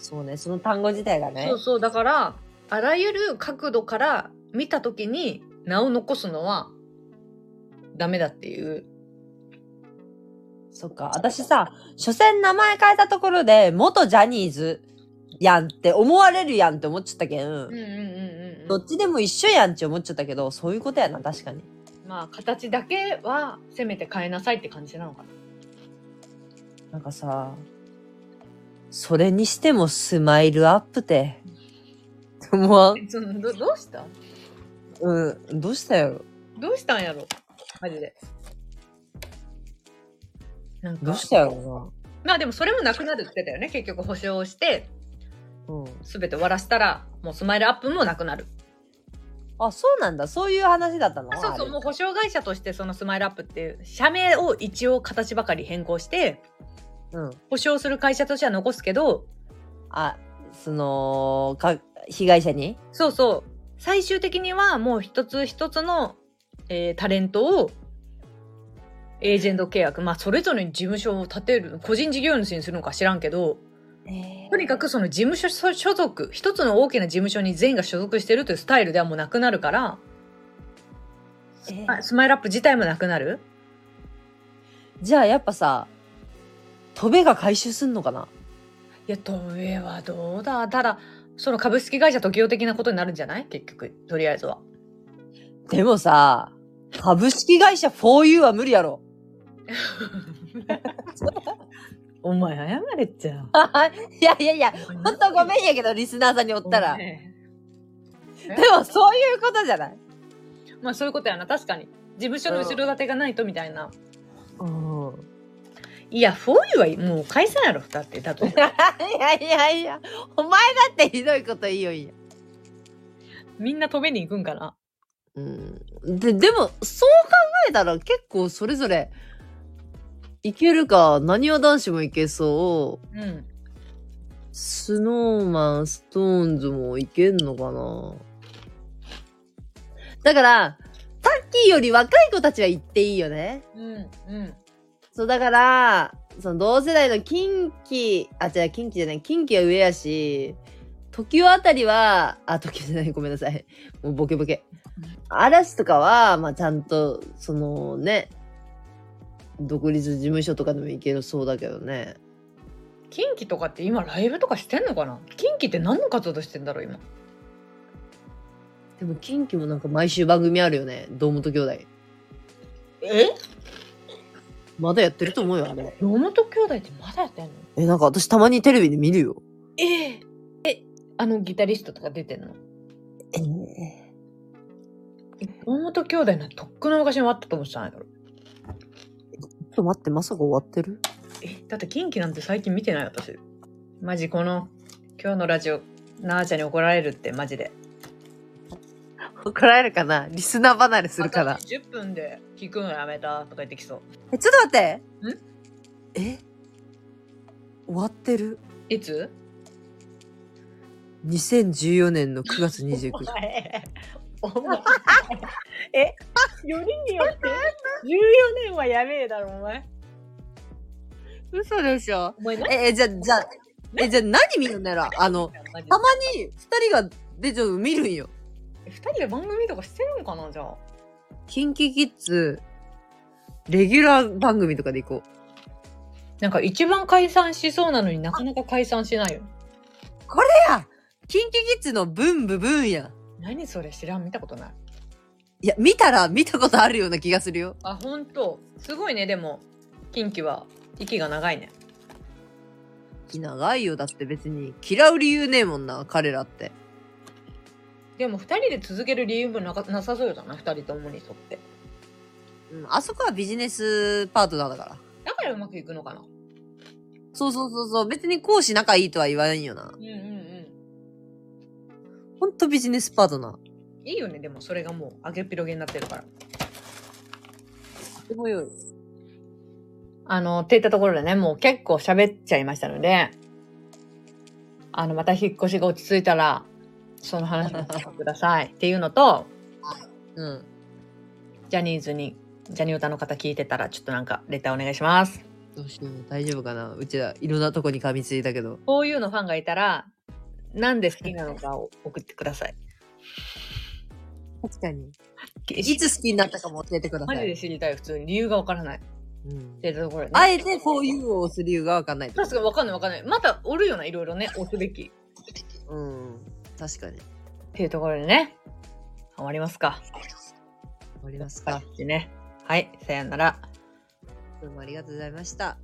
Speaker 2: そうね、その単語自体がね
Speaker 1: そう。そうだからあらゆる角度から見た時に名を残すのはダメだっていう
Speaker 2: そっか、私さ、所詮名前変えたところで、元ジャニーズやんって思われるやんって思っちゃったけん、
Speaker 1: うんうんうんうん
Speaker 2: どっちでも一緒やんって思っちゃったけど、そういうことやな、確かに。
Speaker 1: まあ形だけはせめて変えなさいって感じなのかな
Speaker 2: なんかさ、それにしてもスマイルアップて。思わん
Speaker 1: えそのどどうした
Speaker 2: うん、どうしたよ。
Speaker 1: どうしたんやろマジでなん
Speaker 2: ど
Speaker 1: か
Speaker 2: うしたよ
Speaker 1: まあでもそれもなくなるって言ってたよね結局保証をして
Speaker 2: な。うん。
Speaker 1: 全て終わらせたらもうスマイルアップもなくなる
Speaker 2: あ、そうなんだ。そういう話だったの
Speaker 1: あそう
Speaker 2: あ
Speaker 1: そう
Speaker 2: れ
Speaker 1: もう保証会社としてそのスマイルアップっていう社名を一応形ばかり変更して
Speaker 2: うん。
Speaker 1: 保証する会社としては残すけど
Speaker 2: あ、その、か、被害者に
Speaker 1: そうそう最終的にはもう一つ一つの、えータレントをエージェント契約まあそれぞれに事務所を立てる個人事業主にするのか知らんけどとにかくその事務所所所属一つの大きな事務所に全員が所属してるというスタイルではもうなくなるから、
Speaker 2: えー
Speaker 1: あスマイルアップ自体もなくなる
Speaker 2: じゃあやっぱさ、トベが回収すんのかない
Speaker 1: や、都営はどうだただ、その株式会社時用的なことになるんじゃない結局、とりあえずは。
Speaker 2: でもさ、株式会社 4U は無理やろ。
Speaker 1: お前、謝れっ ちゃ。
Speaker 2: いやいやいや、
Speaker 1: ほ
Speaker 2: ほんとごめんやけど、リスナーさんにおったら。でもそういうことじゃない
Speaker 1: まあそういうことやな確かに事務所の後ろ盾がないとみたいな、
Speaker 2: うん。
Speaker 1: いやフォーユはもう解散やろだってだと
Speaker 2: いやいやいや、お前だってひどいこと言いよいいよ。
Speaker 1: みんな飛べに行くんかな
Speaker 2: うん。で、でも、そう考えたら結構それぞれ、いけるか、なにわ男子もいけそう。
Speaker 1: うん
Speaker 2: スノーマン、ストーンズもいけんのかなだから、タッキーより若い子たちは行っていいよね。
Speaker 1: うんうん
Speaker 2: そう、だから、その同世代の近畿、あ、違う、近畿じゃない、近畿は上やし、時代あたりは、あ、時代じゃない、ごめんなさい。もうボケボケ。嵐とかは、まあちゃんと、そのね、独立事務所とかでも行けそうだけどね。
Speaker 1: 近畿とかって今ライブとかしてんのかな近畿って何の活動してんだろう今
Speaker 2: でも近畿もなんか毎週番組あるよね。堂本兄弟。
Speaker 1: え
Speaker 2: まだやってると思うよ、あれ。
Speaker 1: 野本兄弟ってまだやってんの
Speaker 2: え、なんか私たまにテレビで見るよ。
Speaker 1: ええあのギタリストとか出てんの
Speaker 2: え
Speaker 1: 野本兄弟なんてとっくの昔に終わったと思ってたんやろ
Speaker 2: ちょっと待って、まさか終わってる
Speaker 1: えだって近畿なんて最近見てない私マジこの今日のラジオなあちゃんに怒られるってマジで
Speaker 2: 怒られるかなリスナー離れするか
Speaker 1: あ
Speaker 2: ら
Speaker 1: と。10分で聞くのやめたとか言ってきそう
Speaker 2: え、ちょっと待ってえ終わってる
Speaker 1: いつ
Speaker 2: ?2014 年の9月29
Speaker 1: お
Speaker 2: 日。
Speaker 1: 前お前え4人によって14年はやべえだろお前
Speaker 2: 嘘でしょ
Speaker 1: お前何
Speaker 2: え、えじゃ、じゃ、え、じゃ、何見るんなら、あの、
Speaker 1: マジで
Speaker 2: たまに二人が出ちゃう見るんよ。
Speaker 1: え二人で番組とかしてるんかなじゃあ
Speaker 2: キンキキッズ、レギュラー番組とかで行こう。
Speaker 1: なんか一番解散しそうなのになかなか解散しないよ
Speaker 2: キンキキッズのブンブブンやん。
Speaker 1: 何それ知らん見たことない
Speaker 2: いや、見たら見たことあるような気がするよ。
Speaker 1: あ本当すごいねでも近畿は息が長いね
Speaker 2: 長いよ。だって別に嫌う理由ねえもんな、彼らって。
Speaker 1: でも二人で続ける理由もなかなさそうじゃない二人ともにとって
Speaker 2: うん、あそこはビジネスパートナーだから。
Speaker 1: だからうまくいくのかな
Speaker 2: そうそうそうそう。別に講師仲いいとは言わないよな
Speaker 1: う。んうんう
Speaker 2: ほんとビジネスパートナー。
Speaker 1: んいいよねでもそれがもう揚げっぴろげになってるから
Speaker 2: すごいよ。
Speaker 1: あのっていったところでねもう結構喋っちゃいましたのであのまた引っ越しが落ち着いたらその話を聞かせてくださ いっていうのと
Speaker 2: うん。
Speaker 1: ジャニーズに、ジャニオタの方聞いてたら、ちょっとなんか、レターお願いします。
Speaker 2: どうしよう。大丈夫かなうちら、いろんなとこに噛みついたけど。
Speaker 1: こういうのファンがいたら、なんで好きなのかを送ってください。
Speaker 2: 確かに。い
Speaker 1: い
Speaker 2: つ好きになったかも教えてくださ
Speaker 1: マジで
Speaker 2: い。
Speaker 1: 知りたい、普通に。理由がわからない。っ
Speaker 2: うん
Speaker 1: てところでね、
Speaker 2: あえて、こういうを押す理由がわかんないと。
Speaker 1: 確かにわかんないわかんない。またおるよな、いろいろね、押すべき。っ
Speaker 2: うん。 確かに。
Speaker 1: ていうところでね、終わりますか。
Speaker 2: 終わります
Speaker 1: は
Speaker 2: か。
Speaker 1: い。ね。はい、さよなら。
Speaker 2: どうもありがとうございました。